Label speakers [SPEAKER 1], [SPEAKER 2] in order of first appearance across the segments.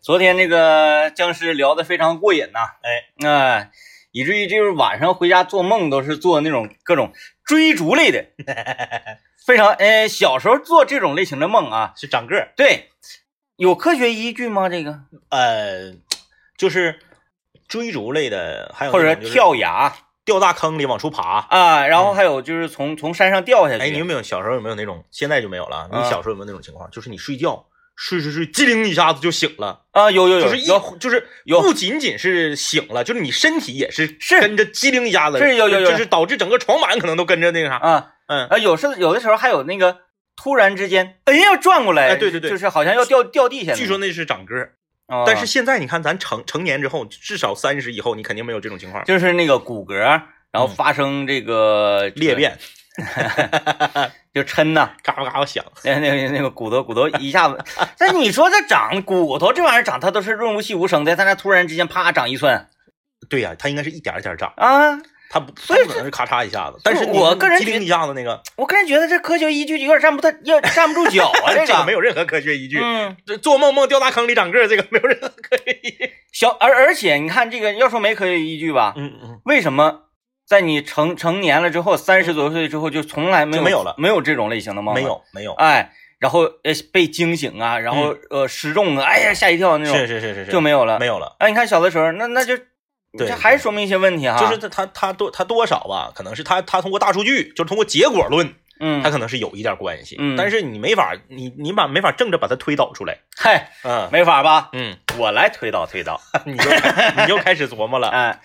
[SPEAKER 1] 昨天这个僵尸聊得非常过瘾呐、
[SPEAKER 2] 哎，
[SPEAKER 1] 那、以至于就是晚上回家做梦都是做那种各种追逐类 的，非常呃小时候做这种类型的梦啊，
[SPEAKER 2] 是长个儿，
[SPEAKER 1] 对，有科学依据吗？这个
[SPEAKER 2] 呃，就是追逐类的，还有
[SPEAKER 1] 或者
[SPEAKER 2] 那种就是
[SPEAKER 1] 跳崖
[SPEAKER 2] 掉大坑里往出爬。
[SPEAKER 1] 啊，然后还有就是从从山上掉下去，
[SPEAKER 2] 哎，你有没有小时候有没有那种？现在就没有了。你
[SPEAKER 1] 啊
[SPEAKER 2] 小时候有没有那种情况？就是你睡觉睡睡睡，机灵一下子就醒了，
[SPEAKER 1] 啊有有有
[SPEAKER 2] 就是一
[SPEAKER 1] 有
[SPEAKER 2] 就是
[SPEAKER 1] 有
[SPEAKER 2] 不仅仅是醒了，就是你身体也是
[SPEAKER 1] 是
[SPEAKER 2] 跟着机灵一下子，
[SPEAKER 1] 是有有有
[SPEAKER 2] 就是导致整个床板可能都跟着那个啥。
[SPEAKER 1] 啊
[SPEAKER 2] 嗯，
[SPEAKER 1] 啊有时候有的时候还有那个突然之间哎要转过来，
[SPEAKER 2] 哎对对对
[SPEAKER 1] 就是好像要掉掉地下了，
[SPEAKER 2] 据说那是长个儿，
[SPEAKER 1] 啊，
[SPEAKER 2] 但是现在你看，咱成成年之后，至少三十以后，你肯定没有这种情况。
[SPEAKER 1] 就是那个骨骼，然后
[SPEAKER 2] 嗯
[SPEAKER 1] 发生这个
[SPEAKER 2] 裂，变，
[SPEAKER 1] 就抻呐、
[SPEAKER 2] 嘎巴嘎巴响。
[SPEAKER 1] 那那个那个骨头骨头一 下子，那你说这长骨头这玩意儿长，它都是润物细无声的，在那突然之间啪长一寸
[SPEAKER 2] 对呀、它应该是一点儿一点儿长。
[SPEAKER 1] 啊！
[SPEAKER 2] 它不，
[SPEAKER 1] 所以
[SPEAKER 2] 它不可能是咔嚓一下子，但是你
[SPEAKER 1] 我个人
[SPEAKER 2] 机
[SPEAKER 1] 觉
[SPEAKER 2] 灵一下子那个，
[SPEAKER 1] 我个人觉得这科学依据有点站不太，有点站不住脚啊！
[SPEAKER 2] 哎这
[SPEAKER 1] 个
[SPEAKER 2] 没有任何科学依据。
[SPEAKER 1] 嗯，
[SPEAKER 2] 这做梦梦掉大坑里长个儿，这个没有任何科学依据。
[SPEAKER 1] 小而而且你看这个，要说没科学依据吧，
[SPEAKER 2] 嗯嗯，
[SPEAKER 1] 为什么在你成成年了之后，三十多岁之后就从来没有
[SPEAKER 2] 就没有了
[SPEAKER 1] 没有这种类型的梦？
[SPEAKER 2] 没，有没有，
[SPEAKER 1] 哎，然后呃被惊醒啊，然后呃失重啊，哎呀吓一跳那种，
[SPEAKER 2] 嗯是是是是是，
[SPEAKER 1] 就没有了。
[SPEAKER 2] 没有了。
[SPEAKER 1] 哎，你看小的时候，那那就
[SPEAKER 2] 对
[SPEAKER 1] 这还说明一些问题哈，
[SPEAKER 2] 就是他他他多他多少吧，可能是他他通过大数据，就是通过结果论，
[SPEAKER 1] 嗯
[SPEAKER 2] 他，可能是有一点关系，
[SPEAKER 1] 嗯
[SPEAKER 2] 但是你没法你你把没法正着把它推导出来，
[SPEAKER 1] 嗨，
[SPEAKER 2] 嗯
[SPEAKER 1] 没法吧？
[SPEAKER 2] 嗯，
[SPEAKER 1] 我来推导推导，
[SPEAKER 2] 你就你就开始琢磨 了，
[SPEAKER 1] 哎，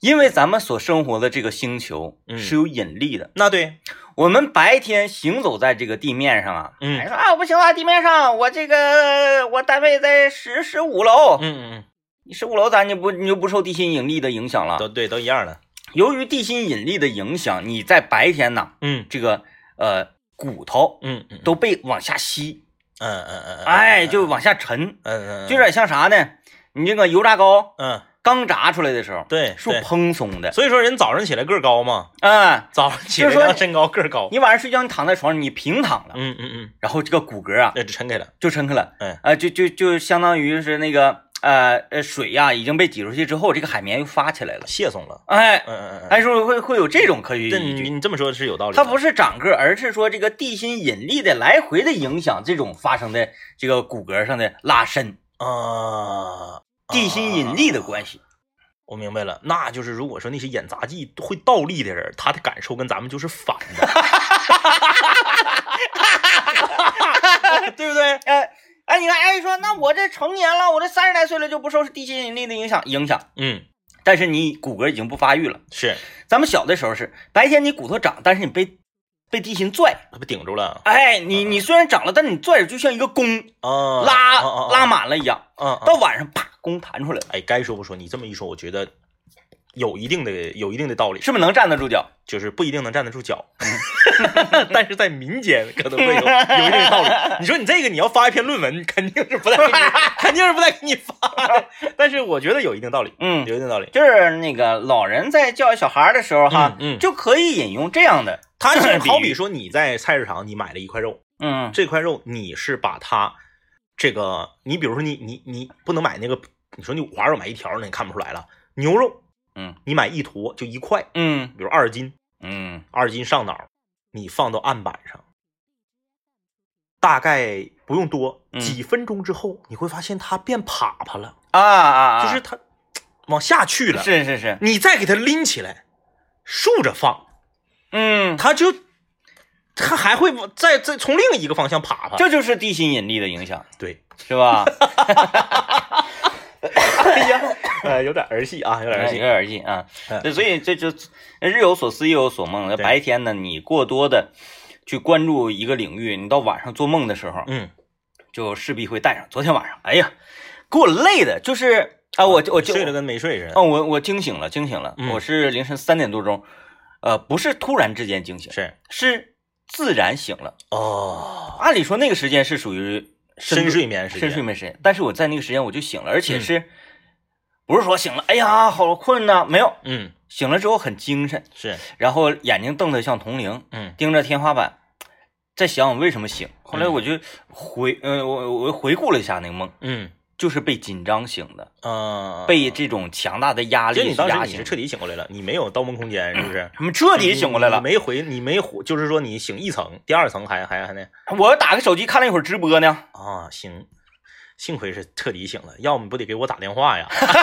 [SPEAKER 1] 因为咱们所生活的这个星球
[SPEAKER 2] 嗯
[SPEAKER 1] 是有引力的，
[SPEAKER 2] 那对，
[SPEAKER 1] 我们白天行走在这个地面上啊，
[SPEAKER 2] 嗯
[SPEAKER 1] 哎说啊，我不行啊，地面上我这个我单位在十十五楼，
[SPEAKER 2] 嗯嗯
[SPEAKER 1] 你十五楼咱就不你就不受地心引力的影响
[SPEAKER 2] 嗯，都
[SPEAKER 1] 了。
[SPEAKER 2] 对都一样的，
[SPEAKER 1] 由于地心引力的影响，你在白天呐，
[SPEAKER 2] 嗯
[SPEAKER 1] 这个呃骨头
[SPEAKER 2] 嗯嗯
[SPEAKER 1] 都被往下吸，
[SPEAKER 2] 嗯嗯嗯，
[SPEAKER 1] 哎，就往下沉，
[SPEAKER 2] 嗯嗯，
[SPEAKER 1] 就有点像啥呢？你这个油炸糕
[SPEAKER 2] 嗯
[SPEAKER 1] 刚炸出来的时候，
[SPEAKER 2] 对
[SPEAKER 1] 是
[SPEAKER 2] 对
[SPEAKER 1] 蓬松的，
[SPEAKER 2] 所以说人早上起来个儿高嘛，
[SPEAKER 1] 啊，
[SPEAKER 2] 早上起
[SPEAKER 1] 就
[SPEAKER 2] 来
[SPEAKER 1] 是说
[SPEAKER 2] 量身高个儿高。
[SPEAKER 1] 你晚上睡觉你躺在床上，你平躺了，
[SPEAKER 2] 嗯嗯嗯，
[SPEAKER 1] 然后这个骨骼啊
[SPEAKER 2] 那就撑开了。
[SPEAKER 1] 就撑开了，
[SPEAKER 2] 嗯
[SPEAKER 1] 啊，就就就相当于是那个呃呃水呀、已经被挤出去之后，这个海绵又发起来了，
[SPEAKER 2] 泄松了。
[SPEAKER 1] 哎，
[SPEAKER 2] 嗯嗯嗯嗯，
[SPEAKER 1] 哎，是不是会会有这种科学
[SPEAKER 2] 这
[SPEAKER 1] 依
[SPEAKER 2] 你
[SPEAKER 1] 据？
[SPEAKER 2] 你这么说是有道理的。
[SPEAKER 1] 它不是长个儿，而是说这个地心引力的来回的影响，这种发生的这个骨骼上的拉伸，
[SPEAKER 2] 啊，
[SPEAKER 1] 地心引力的关
[SPEAKER 2] 系。
[SPEAKER 1] 系。
[SPEAKER 2] 我明白了，那就是如果说那些演杂技会倒立的人，他的感受跟咱们就是反 的， 对不对？
[SPEAKER 1] 哎哎，你看，哎，说那我这成年了，我这三十来岁了就不受地心引力的影响影响，
[SPEAKER 2] 嗯，
[SPEAKER 1] 但是你骨骼已经不发育了。
[SPEAKER 2] 是，
[SPEAKER 1] 咱们小的时候是白天你骨头长，但是你被被地心拽，
[SPEAKER 2] 他被顶住了
[SPEAKER 1] 哎，你
[SPEAKER 2] 嗯
[SPEAKER 1] 你虽然长了，但你拽着就像一个弓
[SPEAKER 2] 啊，
[SPEAKER 1] 拉
[SPEAKER 2] 啊啊啊
[SPEAKER 1] 拉满了一样，
[SPEAKER 2] 啊啊
[SPEAKER 1] 到晚上啪弓弹出来了，
[SPEAKER 2] 哎，该说不说，你这么一说，我觉得有一定的有一定的道理。
[SPEAKER 1] 是不是能站得住脚？
[SPEAKER 2] 就是不一定能站得住脚， 但是在民间可能会有有一定道理。你说你这个你要发一篇论文，肯定是不 带给你，肯定是不带给你发的。但是我觉得有一定道理，
[SPEAKER 1] 嗯，
[SPEAKER 2] 有一定道理。
[SPEAKER 1] 就是那个老人在教育小孩的时候哈，
[SPEAKER 2] 嗯嗯
[SPEAKER 1] 就可以引用这样的，
[SPEAKER 2] 它是好
[SPEAKER 1] 比喻
[SPEAKER 2] 比说你在菜市场你买了一块肉，
[SPEAKER 1] 嗯
[SPEAKER 2] 这块肉你是把它这个，你比如说你你你不能买那个，你说你五花肉买一条呢，你看不出来了。牛肉，
[SPEAKER 1] 嗯，
[SPEAKER 2] 你买一坨就一块，
[SPEAKER 1] 嗯
[SPEAKER 2] 比如二斤，
[SPEAKER 1] 嗯
[SPEAKER 2] 二斤上脑，你放到案板上，大概不用多
[SPEAKER 1] 嗯
[SPEAKER 2] 几分钟之后，你会发现它变趴趴了，
[SPEAKER 1] 啊啊啊，
[SPEAKER 2] 就是它往下去了。
[SPEAKER 1] 是是是，
[SPEAKER 2] 你再给它拎起来，竖着放，
[SPEAKER 1] 嗯，
[SPEAKER 2] 它就它还会往再再从另一个方向趴趴。
[SPEAKER 1] 这就是地心引力的影响，
[SPEAKER 2] 对，
[SPEAKER 1] 是 吧？
[SPEAKER 2] 哎呀，呃，有点儿戏啊，有点儿
[SPEAKER 1] 哎
[SPEAKER 2] 戏
[SPEAKER 1] 有。点儿近啊
[SPEAKER 2] 嗯。
[SPEAKER 1] 对，所以这就呃日有所思，夜有所梦。那
[SPEAKER 2] 对
[SPEAKER 1] 白天呢，你过多的去关注一个领域，你到晚上做梦的时候，
[SPEAKER 2] 嗯，
[SPEAKER 1] 就势必会带上。昨天晚上，哎呀，给我累的，就是啊，我我就
[SPEAKER 2] 嗯睡了跟没睡似的。
[SPEAKER 1] 哦，我我惊醒了，惊醒了。
[SPEAKER 2] 嗯
[SPEAKER 1] 我是凌晨三点多钟，呃，不是突然之间惊醒，
[SPEAKER 2] 是
[SPEAKER 1] 是自然醒了。
[SPEAKER 2] 哦，
[SPEAKER 1] 按理说那个时间是属于
[SPEAKER 2] 深
[SPEAKER 1] 度
[SPEAKER 2] 睡眠时
[SPEAKER 1] 深睡
[SPEAKER 2] 间。嗯
[SPEAKER 1] 眠时间，但是我在那个时间我就醒了，而且是不是说醒了，哎呀，好困呐、没有。
[SPEAKER 2] 嗯，
[SPEAKER 1] 醒了之后很精神，
[SPEAKER 2] 是，
[SPEAKER 1] 然后眼睛瞪得像铜铃，
[SPEAKER 2] 嗯
[SPEAKER 1] 盯着天花板，在想我为什么醒。后来我就回，呃，我我回顾了一下那个梦，
[SPEAKER 2] 嗯
[SPEAKER 1] 就是被紧张醒的，
[SPEAKER 2] 嗯，
[SPEAKER 1] 被这种强大的压
[SPEAKER 2] 其实
[SPEAKER 1] 力
[SPEAKER 2] 你当时
[SPEAKER 1] 压
[SPEAKER 2] 你
[SPEAKER 1] 醒
[SPEAKER 2] 是。彻底醒过来了，你没有《盗梦空间》是不是？
[SPEAKER 1] 他们 彻底醒过来
[SPEAKER 2] 你
[SPEAKER 1] 了。
[SPEAKER 2] 没回，你没回，就是说你醒一层，第二层还还还那
[SPEAKER 1] 我打开手机看了一会儿直播呢，
[SPEAKER 2] 啊，行，幸亏是彻底醒了，要么不得给我打电 话呀？
[SPEAKER 1] 哎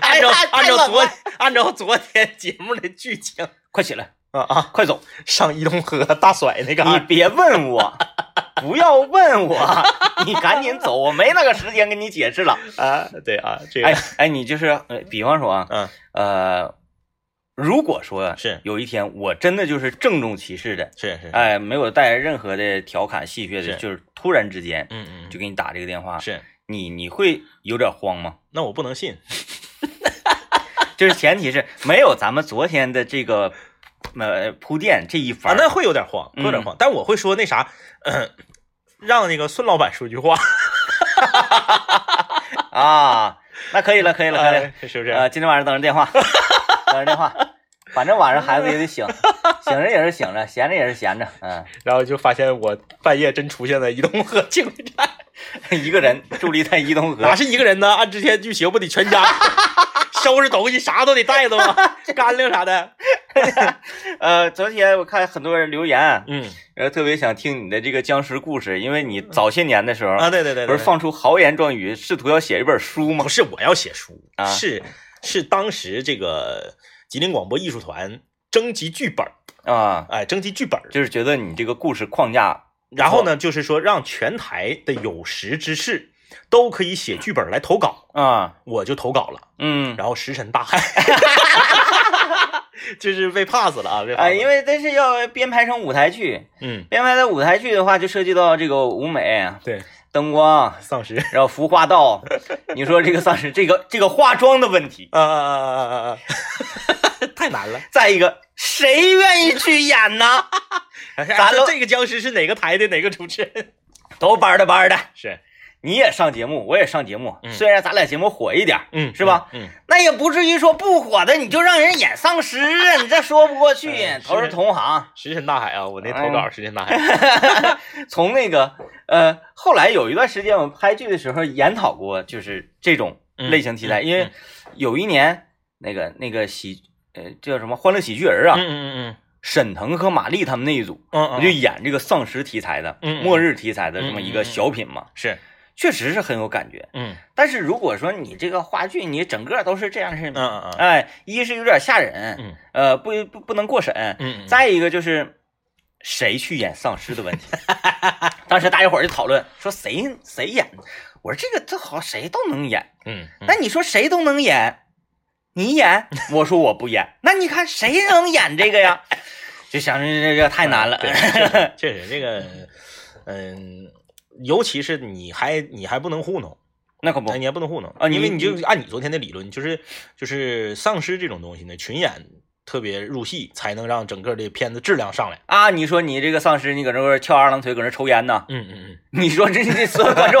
[SPEAKER 2] 按照
[SPEAKER 1] 呀太
[SPEAKER 2] 按照
[SPEAKER 1] 冷
[SPEAKER 2] 昨
[SPEAKER 1] 了
[SPEAKER 2] 按照昨天节目的剧情
[SPEAKER 1] 快起来，
[SPEAKER 2] 啊啊，
[SPEAKER 1] 快走！
[SPEAKER 2] 上移动河大甩那
[SPEAKER 1] 你
[SPEAKER 2] 嘎
[SPEAKER 1] 别问 我，不要问我，你赶紧走，我没那个时间跟你解释了。
[SPEAKER 2] 啊，对啊，这个、
[SPEAKER 1] 哎哎，你就是呃，比方说啊，
[SPEAKER 2] 嗯
[SPEAKER 1] 呃，如果说啊
[SPEAKER 2] 是
[SPEAKER 1] 有一天我真的就是郑重其事的，
[SPEAKER 2] 是是，
[SPEAKER 1] 哎，没有带任何的调侃戏谑的，
[SPEAKER 2] 是
[SPEAKER 1] 就是突然之间
[SPEAKER 2] 嗯嗯，
[SPEAKER 1] 就给你打这个电话，
[SPEAKER 2] 是，
[SPEAKER 1] 你你会有点慌吗？
[SPEAKER 2] 那我不能信，
[SPEAKER 1] 就是前提是没有咱们昨天的这个呃铺垫这一番
[SPEAKER 2] 啊，
[SPEAKER 1] 儿，
[SPEAKER 2] 那会有点慌，会有点
[SPEAKER 1] 嗯
[SPEAKER 2] 慌，但我会说那啥，呃让那个孙老板说句话，
[SPEAKER 1] 啊，那可以了，可以了，可以了。
[SPEAKER 2] 哎是不是？
[SPEAKER 1] 呃，今天晚上等着电话，等着电话，反正晚上孩子也得醒，醒着也是醒着，闲着也是闲着，嗯，
[SPEAKER 2] 然后就发现我半夜真出现在移动河清水站，
[SPEAKER 1] 一个人伫立在移动河
[SPEAKER 2] 哪，是一个人呢？按之前剧情，不 得全家收拾东西，啥都得带着吗？干粮啥的。
[SPEAKER 1] 呃，昨天我看很多人留言，
[SPEAKER 2] 嗯
[SPEAKER 1] 然后特别想听你的这个僵尸故事，因为你早些年的时候
[SPEAKER 2] 啊，对对对对，
[SPEAKER 1] 不是放出豪言壮语，试图要写一本书吗
[SPEAKER 2] 不？是我要写书，
[SPEAKER 1] 啊
[SPEAKER 2] 是是当时这个吉林广播艺术团征集剧本儿，
[SPEAKER 1] 啊，
[SPEAKER 2] 哎，征集剧本儿，
[SPEAKER 1] 就是觉得你这个故事框架
[SPEAKER 2] 然后呢，就是说让全台的有识之士都可以写剧本儿来投稿，
[SPEAKER 1] 啊，
[SPEAKER 2] 我就投稿了，
[SPEAKER 1] 嗯，
[SPEAKER 2] 然后石沉大 海。就是被 pass 了啊，被 pass 了
[SPEAKER 1] 啊，因为这是要编排成舞台剧，
[SPEAKER 2] 嗯，
[SPEAKER 1] 编排的舞台剧的话，就涉及到这个舞美、
[SPEAKER 2] 对，
[SPEAKER 1] 灯光，
[SPEAKER 2] 丧尸
[SPEAKER 1] 然后服化道，你说这个算是这个这个化妆的问题。
[SPEAKER 2] 啊啊啊啊啊啊！ 太难了。
[SPEAKER 1] 再一个，谁愿意去演呢？
[SPEAKER 2] 咱
[SPEAKER 1] 都
[SPEAKER 2] 啊这个僵尸是哪个台的哪个主持人？
[SPEAKER 1] 都班儿的班儿的，
[SPEAKER 2] 是，
[SPEAKER 1] 你也上节目，我也上节目，
[SPEAKER 2] 嗯
[SPEAKER 1] 虽然咱俩节目火一点，
[SPEAKER 2] 嗯，
[SPEAKER 1] 是吧？
[SPEAKER 2] 嗯，
[SPEAKER 1] 那也不至于说不火的你就让人演丧尸啊，你这说不过去
[SPEAKER 2] 哎，是
[SPEAKER 1] 都是同行。
[SPEAKER 2] 石沉大海啊！我那投稿石沉大海。
[SPEAKER 1] 从那个呃，后来有一段时间我们拍剧的时候研讨过，就是这种类型题材，
[SPEAKER 2] 嗯嗯
[SPEAKER 1] 因为有一年那个那个喜呃叫什么《欢乐喜剧人》啊，
[SPEAKER 2] 嗯嗯
[SPEAKER 1] 沈腾和马丽他们那一组，
[SPEAKER 2] 嗯
[SPEAKER 1] 我
[SPEAKER 2] 我
[SPEAKER 1] 就
[SPEAKER 2] 就
[SPEAKER 1] 演这个丧尸题材的、
[SPEAKER 2] 嗯嗯
[SPEAKER 1] 末日题材的这么
[SPEAKER 2] 嗯嗯
[SPEAKER 1] 一个小品嘛，
[SPEAKER 2] 是，
[SPEAKER 1] 确实是很有感觉。
[SPEAKER 2] 嗯
[SPEAKER 1] 但是如果说你这个话剧，你整个都是这样式
[SPEAKER 2] 嗯
[SPEAKER 1] 的，
[SPEAKER 2] 嗯嗯
[SPEAKER 1] 哎，一是有点吓人，
[SPEAKER 2] 嗯
[SPEAKER 1] 呃，不不不能过审，
[SPEAKER 2] 嗯，
[SPEAKER 1] 再一个就是谁去演丧尸的问题。 当时大家伙儿就讨论说谁谁演，我说这个这好谁都能演，
[SPEAKER 2] 嗯
[SPEAKER 1] 那你说谁都能演，你演，我说我不演，那你看谁能演这个呀？ 就想着这个太
[SPEAKER 2] 啊
[SPEAKER 1] 难了，
[SPEAKER 2] 确实这个，嗯。尤其是你还你还不能糊弄，
[SPEAKER 1] 那可不
[SPEAKER 2] 哎，，你还不能糊弄
[SPEAKER 1] 啊你
[SPEAKER 2] 因为你就按你昨天的理论，就是就是丧尸这种东西呢，群演特别入戏，才能让整个的片子质量上来。
[SPEAKER 1] 啊，你说你这个丧尸，你搁这块儿翘二郎腿，搁这抽烟呢？
[SPEAKER 2] 嗯嗯嗯，
[SPEAKER 1] 你说这这所有观 众，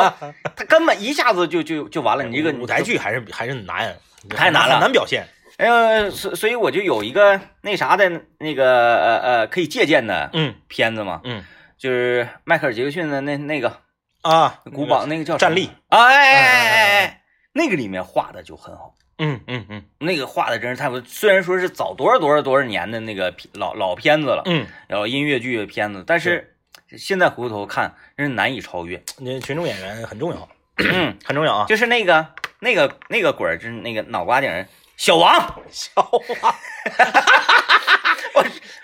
[SPEAKER 1] 他根本一下子就就就完了。你这个
[SPEAKER 2] 舞台，剧还是还是难，
[SPEAKER 1] 太难了
[SPEAKER 2] 很难表现。
[SPEAKER 1] 哎呀，所所以我就有一个那啥的那个呃呃可以借鉴的
[SPEAKER 2] 嗯
[SPEAKER 1] 片子嘛，
[SPEAKER 2] 嗯
[SPEAKER 1] 就是迈克尔杰克逊的那那个
[SPEAKER 2] 啊，
[SPEAKER 1] 嗯古堡那个叫
[SPEAKER 2] 战力，
[SPEAKER 1] 哎哎哎哎哎，那个里面画的就很好。
[SPEAKER 2] 嗯嗯嗯
[SPEAKER 1] 那个画的真是太不，虽然说是早多少多少多少年的那个片老老片子了，
[SPEAKER 2] 嗯，
[SPEAKER 1] 然后音乐剧的片子，但是现在回头看，真是难以超越。
[SPEAKER 2] 那群众演员很重要，
[SPEAKER 1] 嗯，
[SPEAKER 2] 很重要啊。
[SPEAKER 1] 就是那个那个那个鬼儿，就是那个脑瓜顶儿小王，
[SPEAKER 2] 笑话，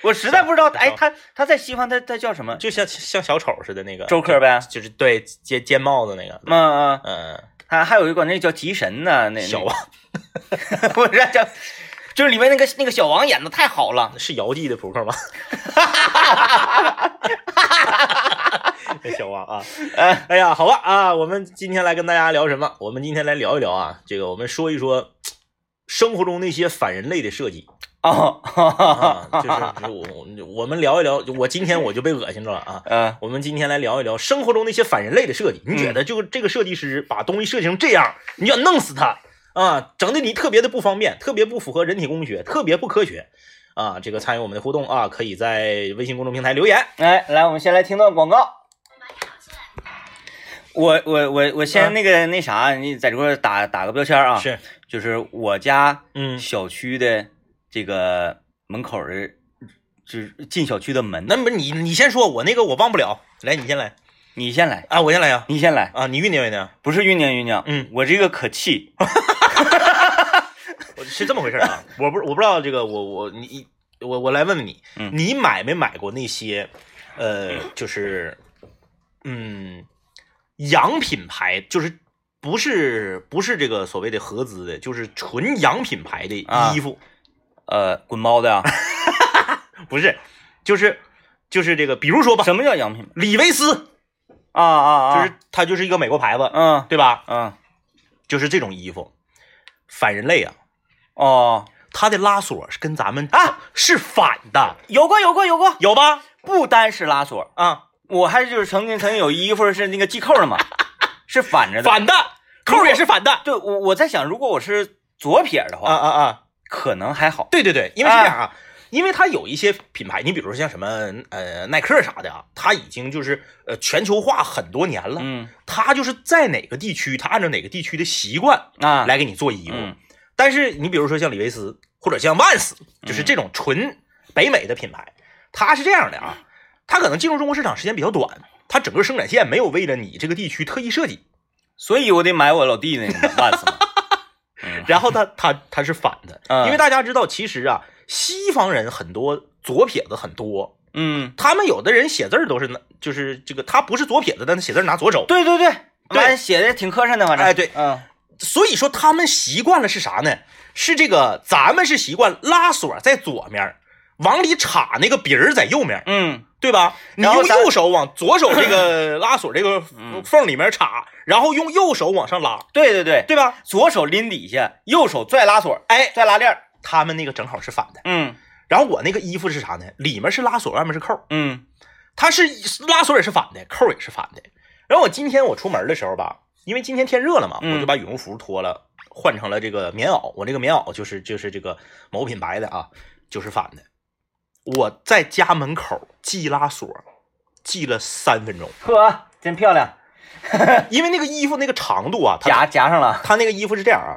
[SPEAKER 1] 我实在不知道，
[SPEAKER 2] 小
[SPEAKER 1] 哎，他他在西方他他叫什么？
[SPEAKER 2] 就像像小丑似的那个
[SPEAKER 1] 周克呗，
[SPEAKER 2] 就是对尖尖帽子那个，
[SPEAKER 1] 那、呃、
[SPEAKER 2] 嗯，
[SPEAKER 1] 他还有一管那叫吉神呢，那
[SPEAKER 2] 小王
[SPEAKER 1] 那 不是叫，就是里面那个那个小王演的太好了，
[SPEAKER 2] 是姚记的扑克吗？ 那小王啊，
[SPEAKER 1] 哎
[SPEAKER 2] 哎呀，好吧啊，我们今天来跟大家聊什么？我们今天来聊一聊啊，这个我们说一说生活中那些反人类的设计。
[SPEAKER 1] 哦，
[SPEAKER 2] 啊， 就是我我们聊一聊，我今天我就被恶心着了啊。
[SPEAKER 1] 嗯
[SPEAKER 2] 我们今天来聊一聊生活中那些反人类的设计。你觉得就这个设计师把东西设计成这样，你要弄死他啊，整的你特别的不方便，特别不符合人体工学，特别不科学啊。这个参与我们的互动啊，可以在微信公众平台留言。
[SPEAKER 1] 哎，来，我们先来听段广告。我我我我先那个那啥，你在这块儿打打个标签啊，
[SPEAKER 2] 嗯是，
[SPEAKER 1] 就是我家
[SPEAKER 2] 嗯，
[SPEAKER 1] 小区的这个门口的，就是进小区的门。
[SPEAKER 2] 那不是你你先说，我那个我忘不了，来你先来
[SPEAKER 1] 你先来，
[SPEAKER 2] 啊，我先来呀
[SPEAKER 1] 你先来，
[SPEAKER 2] 啊，你酝酿酝酿，
[SPEAKER 1] 不是酝酿酝酿，
[SPEAKER 2] 嗯，
[SPEAKER 1] 我这个可气，
[SPEAKER 2] 我是这么回事儿 啊，我不我不知道这个，我我你我我来问问你，
[SPEAKER 1] 嗯
[SPEAKER 2] 你买没买过那些呃，就是嗯，洋品牌，就是不是不是这个所谓的合资的，就是纯洋品牌的
[SPEAKER 1] 啊
[SPEAKER 2] 衣服，
[SPEAKER 1] 呃，滚猫的啊，
[SPEAKER 2] 不是，就是就是这个，比如说 吧，
[SPEAKER 1] 什么叫洋品牌
[SPEAKER 2] 李维斯，
[SPEAKER 1] 啊啊
[SPEAKER 2] 就
[SPEAKER 1] 啊，
[SPEAKER 2] 是它就是一个美国牌子，
[SPEAKER 1] 嗯
[SPEAKER 2] 对吧？
[SPEAKER 1] 嗯
[SPEAKER 2] 就是这种衣服，反人类啊，
[SPEAKER 1] 哦，
[SPEAKER 2] 它的拉锁是跟咱们啊是反的，
[SPEAKER 1] 有过有过有过，
[SPEAKER 2] 有吧？
[SPEAKER 1] 不单是拉锁，
[SPEAKER 2] 啊，
[SPEAKER 1] 我还就是曾经曾经有衣服是那个系扣 的嘛，是反着的。
[SPEAKER 2] 反的，扣儿也是反的，
[SPEAKER 1] 对我我在想，如果我是左撇的
[SPEAKER 2] 啊
[SPEAKER 1] 话，
[SPEAKER 2] 啊啊！
[SPEAKER 1] 可能还好。
[SPEAKER 2] 对对对，因为是这样啊，因为它有一些品牌，你比如说像什么呃耐克啥的啊，它已经就是呃全球化很多年了，
[SPEAKER 1] 嗯
[SPEAKER 2] 它就是在哪个地区，它按照哪个地区的习惯
[SPEAKER 1] 啊，
[SPEAKER 2] 来给你做衣服。
[SPEAKER 1] 嗯
[SPEAKER 2] 但是你比如说像李维斯或者像万斯，就是
[SPEAKER 1] 嗯
[SPEAKER 2] 这种纯北美的品牌，它是这样的啊，它可能进入中国市场时间比较短，它整个生产线没有为了你这个地区特意设计，
[SPEAKER 1] 所以我得买我老弟那个 Vans 嘛。嗯
[SPEAKER 2] 然后它它它是反的，
[SPEAKER 1] 嗯
[SPEAKER 2] 因为大家知道，其实啊，西方人很多左撇子很多，
[SPEAKER 1] 嗯，
[SPEAKER 2] 他们有的人写字儿都是拿，就是这个他不是左撇子，但他写字儿拿左手，
[SPEAKER 1] 对对对，
[SPEAKER 2] 对
[SPEAKER 1] 完写的挺磕碜的，反正
[SPEAKER 2] 哎对
[SPEAKER 1] 嗯
[SPEAKER 2] 所以说他们习惯了是啥呢？是这个咱们是习惯拉锁在左面儿，往里插那个鼻儿在右面儿。
[SPEAKER 1] 嗯
[SPEAKER 2] 对吧？你
[SPEAKER 1] 然后
[SPEAKER 2] 用
[SPEAKER 1] 咱
[SPEAKER 2] 右手往左手这 个拉锁这个缝里面插，然后用右手往上拉，
[SPEAKER 1] 对对对，
[SPEAKER 2] 对吧？
[SPEAKER 1] 左手拎底下，右手拽拉锁，
[SPEAKER 2] 哎，
[SPEAKER 1] 拽拉链儿。
[SPEAKER 2] 他们那个正好是反的。
[SPEAKER 1] 嗯
[SPEAKER 2] 然后我那个衣服是啥呢？里面是拉锁，外面是扣，
[SPEAKER 1] 嗯
[SPEAKER 2] 它是拉锁也是反的，扣也是反的。然后我今天我出门的时候吧，因为今天天热了嘛，
[SPEAKER 1] 嗯
[SPEAKER 2] 我就把羽绒服脱了，换成了这个棉袄。我这个棉袄就是就是这个某品牌的啊，就是反的。我在家门口系拉锁，系了三分钟，
[SPEAKER 1] 呵，真漂亮，
[SPEAKER 2] 因为那个衣服那个长度啊，它
[SPEAKER 1] 夹夹上了。
[SPEAKER 2] 它那个衣服是这样啊，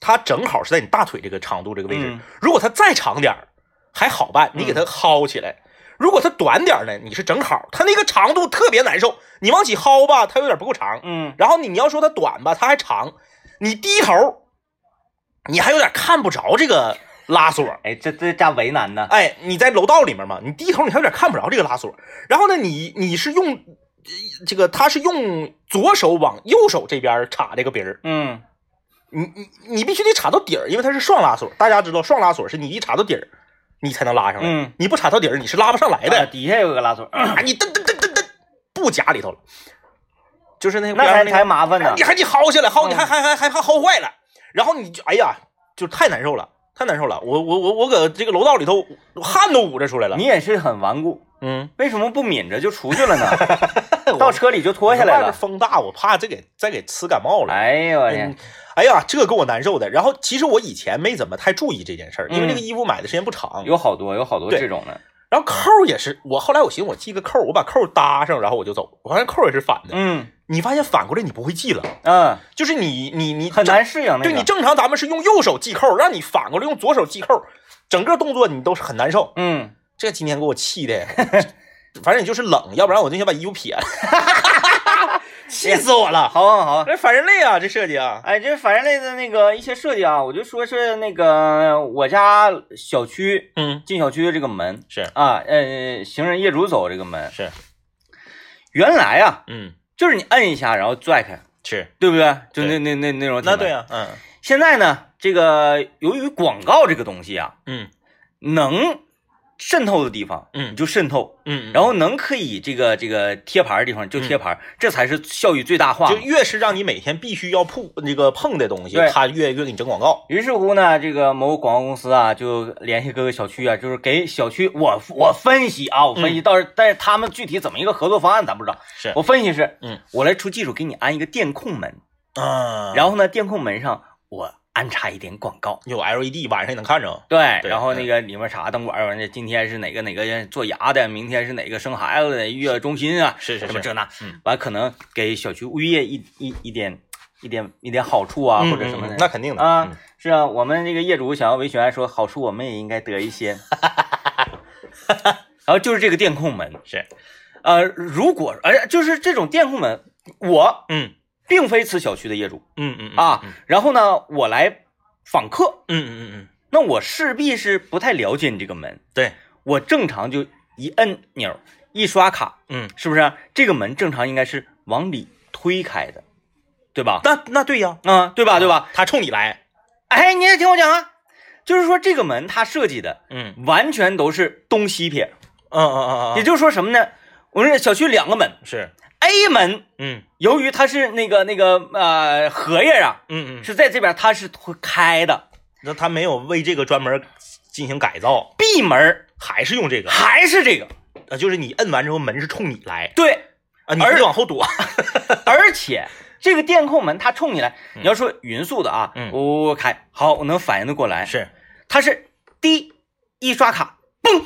[SPEAKER 2] 它正好是在你大腿这个长度这个位置。
[SPEAKER 1] 嗯
[SPEAKER 2] 如果它再长点儿还好办，你给它薅起来；如果它短点儿呢，你是正好，它那个长度特别难受，你往起薅吧，它有点不够长；
[SPEAKER 1] 嗯
[SPEAKER 2] 然后你你要说它短吧，它还长，你低头，你还有点看不着这个拉锁。
[SPEAKER 1] 哎，这这家为难呢。
[SPEAKER 2] 哎，你在楼道里面嘛，你低头你还有点看不着这个拉锁。然后呢，你你是用呃这个，他是用左手往右手这边插这个鼻儿，
[SPEAKER 1] 嗯
[SPEAKER 2] 你你你必须得插到底儿，因为它是双拉锁。大家知道，双拉锁是你一插到底儿，你才能拉上来。
[SPEAKER 1] 嗯，
[SPEAKER 2] 你不插到底儿，你是拉不上来
[SPEAKER 1] 啊
[SPEAKER 2] 的。
[SPEAKER 1] 底下有个拉锁，
[SPEAKER 2] 啊，你噔噔噔噔噔，不夹里头了，就是那个
[SPEAKER 1] 那哎才
[SPEAKER 2] 边上
[SPEAKER 1] 才麻烦
[SPEAKER 2] 那
[SPEAKER 1] 呢
[SPEAKER 2] 个，你。还得薅下来，薅你
[SPEAKER 1] 嗯
[SPEAKER 2] 还还还还还薅坏了，然后你就哎呀，就太难受了，太难受了。我我我我搁这个楼道里头，汗都捂着出来了。
[SPEAKER 1] 你也是很顽固，
[SPEAKER 2] 嗯，
[SPEAKER 1] 为什么不抿着就出去了呢？
[SPEAKER 2] 我
[SPEAKER 1] 到车里就脱下来
[SPEAKER 2] 外边
[SPEAKER 1] 了。
[SPEAKER 2] 风大，我怕这给再给呲感冒 了。
[SPEAKER 1] 哎呦我
[SPEAKER 2] 嗯
[SPEAKER 1] 天，
[SPEAKER 2] 哎呀，这给我难受的。然后其实我以前没怎么太注意这件事儿，因为
[SPEAKER 1] 嗯
[SPEAKER 2] 这个衣服买的时间不长。
[SPEAKER 1] 有好多有好多
[SPEAKER 2] 对
[SPEAKER 1] 这种的。
[SPEAKER 2] 然后扣儿也是，我后来我寻思我系个扣儿，我把扣儿搭上，然后我就走。我发现扣儿也是反的，
[SPEAKER 1] 嗯
[SPEAKER 2] 你发现反过来你不会系了，
[SPEAKER 1] 嗯，
[SPEAKER 2] 就是你你你
[SPEAKER 1] 很
[SPEAKER 2] 正
[SPEAKER 1] 难适应那个。
[SPEAKER 2] 对你正常咱们是用右手系扣儿，让你反过来用左手系扣儿，整个动作你都是很难受。
[SPEAKER 1] 嗯，
[SPEAKER 2] 这今天给我 气的，反正就是冷，要不然我就想把衣服撇了， 气死 我了！
[SPEAKER 1] 好啊好啊。
[SPEAKER 2] 这反人类啊，这设计啊，
[SPEAKER 1] 哎，这反人类的那个一些设计啊，我就说是那个我家小区
[SPEAKER 2] 嗯，
[SPEAKER 1] 进小区的这个门
[SPEAKER 2] 是
[SPEAKER 1] 啊，呃，行人业主走这个门
[SPEAKER 2] 是，
[SPEAKER 1] 原来啊
[SPEAKER 2] 嗯
[SPEAKER 1] 就是你摁一下然后拽开，
[SPEAKER 2] 是，
[SPEAKER 1] 对不对？就那
[SPEAKER 2] 对
[SPEAKER 1] 那那那种铁门。
[SPEAKER 2] 那对啊，嗯
[SPEAKER 1] 现在呢，这个由于广告这个东西啊，
[SPEAKER 2] 嗯
[SPEAKER 1] 能渗透的地方，
[SPEAKER 2] 嗯
[SPEAKER 1] 你就渗透，
[SPEAKER 2] 嗯，
[SPEAKER 1] 然后能可以这个这个贴牌的地方就贴牌，这才是效益最大化
[SPEAKER 2] 就
[SPEAKER 1] 嘛。
[SPEAKER 2] 越是让你每天必须要碰那个碰的东西
[SPEAKER 1] 对，
[SPEAKER 2] 他越越给你整广告。
[SPEAKER 1] 于是乎呢，这个某广告公司啊，就联系各个小区啊，就是给小区我我分析啊，我分析到时，但是他们具体怎么一个合作方案咱不知道，
[SPEAKER 2] 嗯是
[SPEAKER 1] 我分析是，
[SPEAKER 2] 嗯，
[SPEAKER 1] 我来出技术给你安一个电控门，
[SPEAKER 2] 啊然后
[SPEAKER 1] 然后呢，电控门上我安插一点广告。
[SPEAKER 2] 有 LED 晚上也能看着。啊
[SPEAKER 1] 对，
[SPEAKER 2] 对
[SPEAKER 1] 然后那个里面啥灯管儿，完了今天是哪个哪个做牙的，明天是哪个生孩子的育儿中心啊，
[SPEAKER 2] 是是
[SPEAKER 1] 什么
[SPEAKER 2] 是，
[SPEAKER 1] 这那
[SPEAKER 2] 嗯，
[SPEAKER 1] 完可能给小区物业一一一点一点一点好处啊，
[SPEAKER 2] 嗯
[SPEAKER 1] 或者什么
[SPEAKER 2] 嗯
[SPEAKER 1] 的。
[SPEAKER 2] 嗯那肯定 的
[SPEAKER 1] 啊
[SPEAKER 2] 嗯
[SPEAKER 1] 是啊，我们这个业主想要维权，说好处我们也应该得一些。 然后就是这个电控门，
[SPEAKER 2] 是，
[SPEAKER 1] 呃，如果哎，就是这种电控门，我
[SPEAKER 2] 嗯
[SPEAKER 1] 并非此小区的业主
[SPEAKER 2] 嗯嗯嗯
[SPEAKER 1] 啊
[SPEAKER 2] 嗯，
[SPEAKER 1] 然后呢，我来访客，
[SPEAKER 2] 嗯嗯嗯，
[SPEAKER 1] 那我势必是不太了解你这个门，
[SPEAKER 2] 对，
[SPEAKER 1] 我正常就一摁钮，一刷卡，
[SPEAKER 2] 嗯，
[SPEAKER 1] 是不是、这个门正常应该是往里推开的，对吧？
[SPEAKER 2] 那那对呀，
[SPEAKER 1] 啊、对吧？对吧？
[SPEAKER 2] 他冲你来，
[SPEAKER 1] 哎，你也听我讲啊，就是说这个门它设计的
[SPEAKER 2] 嗯
[SPEAKER 1] 完全都是东西撇，
[SPEAKER 2] 嗯嗯嗯
[SPEAKER 1] 也
[SPEAKER 2] 嗯，
[SPEAKER 1] 就是说什么呢？我们这小区两个门
[SPEAKER 2] 是，
[SPEAKER 1] ，A 门
[SPEAKER 2] 嗯
[SPEAKER 1] 由于它是那个那个呃荷叶啊，
[SPEAKER 2] 嗯嗯，
[SPEAKER 1] 是在这边它是推开的
[SPEAKER 2] 那他没有为这个专门进行改造，
[SPEAKER 1] ，B 门
[SPEAKER 2] 还是用这个，
[SPEAKER 1] 还是这个，
[SPEAKER 2] 呃，就是你摁完之后门是冲你来
[SPEAKER 1] 对，
[SPEAKER 2] 啊，你
[SPEAKER 1] 而
[SPEAKER 2] 自己往后躲，
[SPEAKER 1] 而且这个电控门它冲你来，你要说匀速的啊，
[SPEAKER 2] 嗯
[SPEAKER 1] 我、开，好，我能反应的过来，
[SPEAKER 2] 是，
[SPEAKER 1] 它是滴一刷卡，嘣，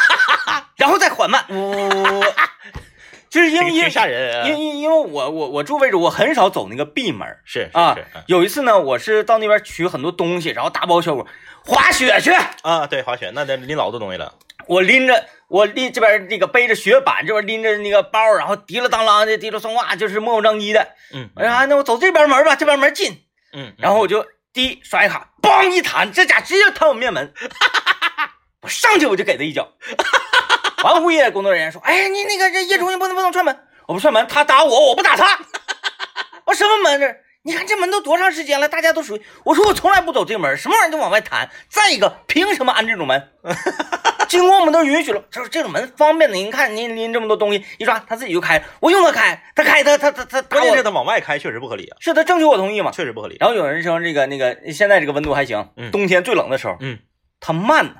[SPEAKER 1] 然后再缓慢，呜、 就是因为因
[SPEAKER 2] 挺
[SPEAKER 1] 为
[SPEAKER 2] 吓人啊，
[SPEAKER 1] 因因因为我我我住位置我很少走那个闭门儿
[SPEAKER 2] 是是
[SPEAKER 1] 啊
[SPEAKER 2] 是，嗯
[SPEAKER 1] 有一次呢，我是到那边取很多东西，然后大包小裹滑雪去，
[SPEAKER 2] 啊，对，滑雪那得拎老多东西了，
[SPEAKER 1] 我拎着我拎这边那个背着雪板，这边拎着那个包，然后提了当啷的提了算哇，就是磨磨张唧的。
[SPEAKER 2] 嗯
[SPEAKER 1] 我说啊，那我走这边门吧，这边门近。
[SPEAKER 2] 嗯，
[SPEAKER 1] 然后我就第一刷一卡，梆一弹，这家直接弹我面门， 我上去我就给他一脚。 完，物业工作人员说：“哎，你那个这业主你不能不能踹门，我不踹门，他打我，我不打他。我什么门这？你看这门都多长时间了，大家都属于。我说我从来不走这门，什么玩意儿都往外弹。再一个，凭什么安这种门？ 经过我们都允许了，就是这种门方便的。您看您拎这么多东西，一抓他自己就开，我用它开，它开它它它它打
[SPEAKER 2] 关键是
[SPEAKER 1] 我，
[SPEAKER 2] 他往外开确实不合理啊，
[SPEAKER 1] 是他征求我同意嘛？
[SPEAKER 2] 确实不合理，
[SPEAKER 1] 然后有人说这个那个现在这个温度还行，
[SPEAKER 2] 嗯
[SPEAKER 1] 冬天最冷的时候，
[SPEAKER 2] 嗯，
[SPEAKER 1] 它慢呢，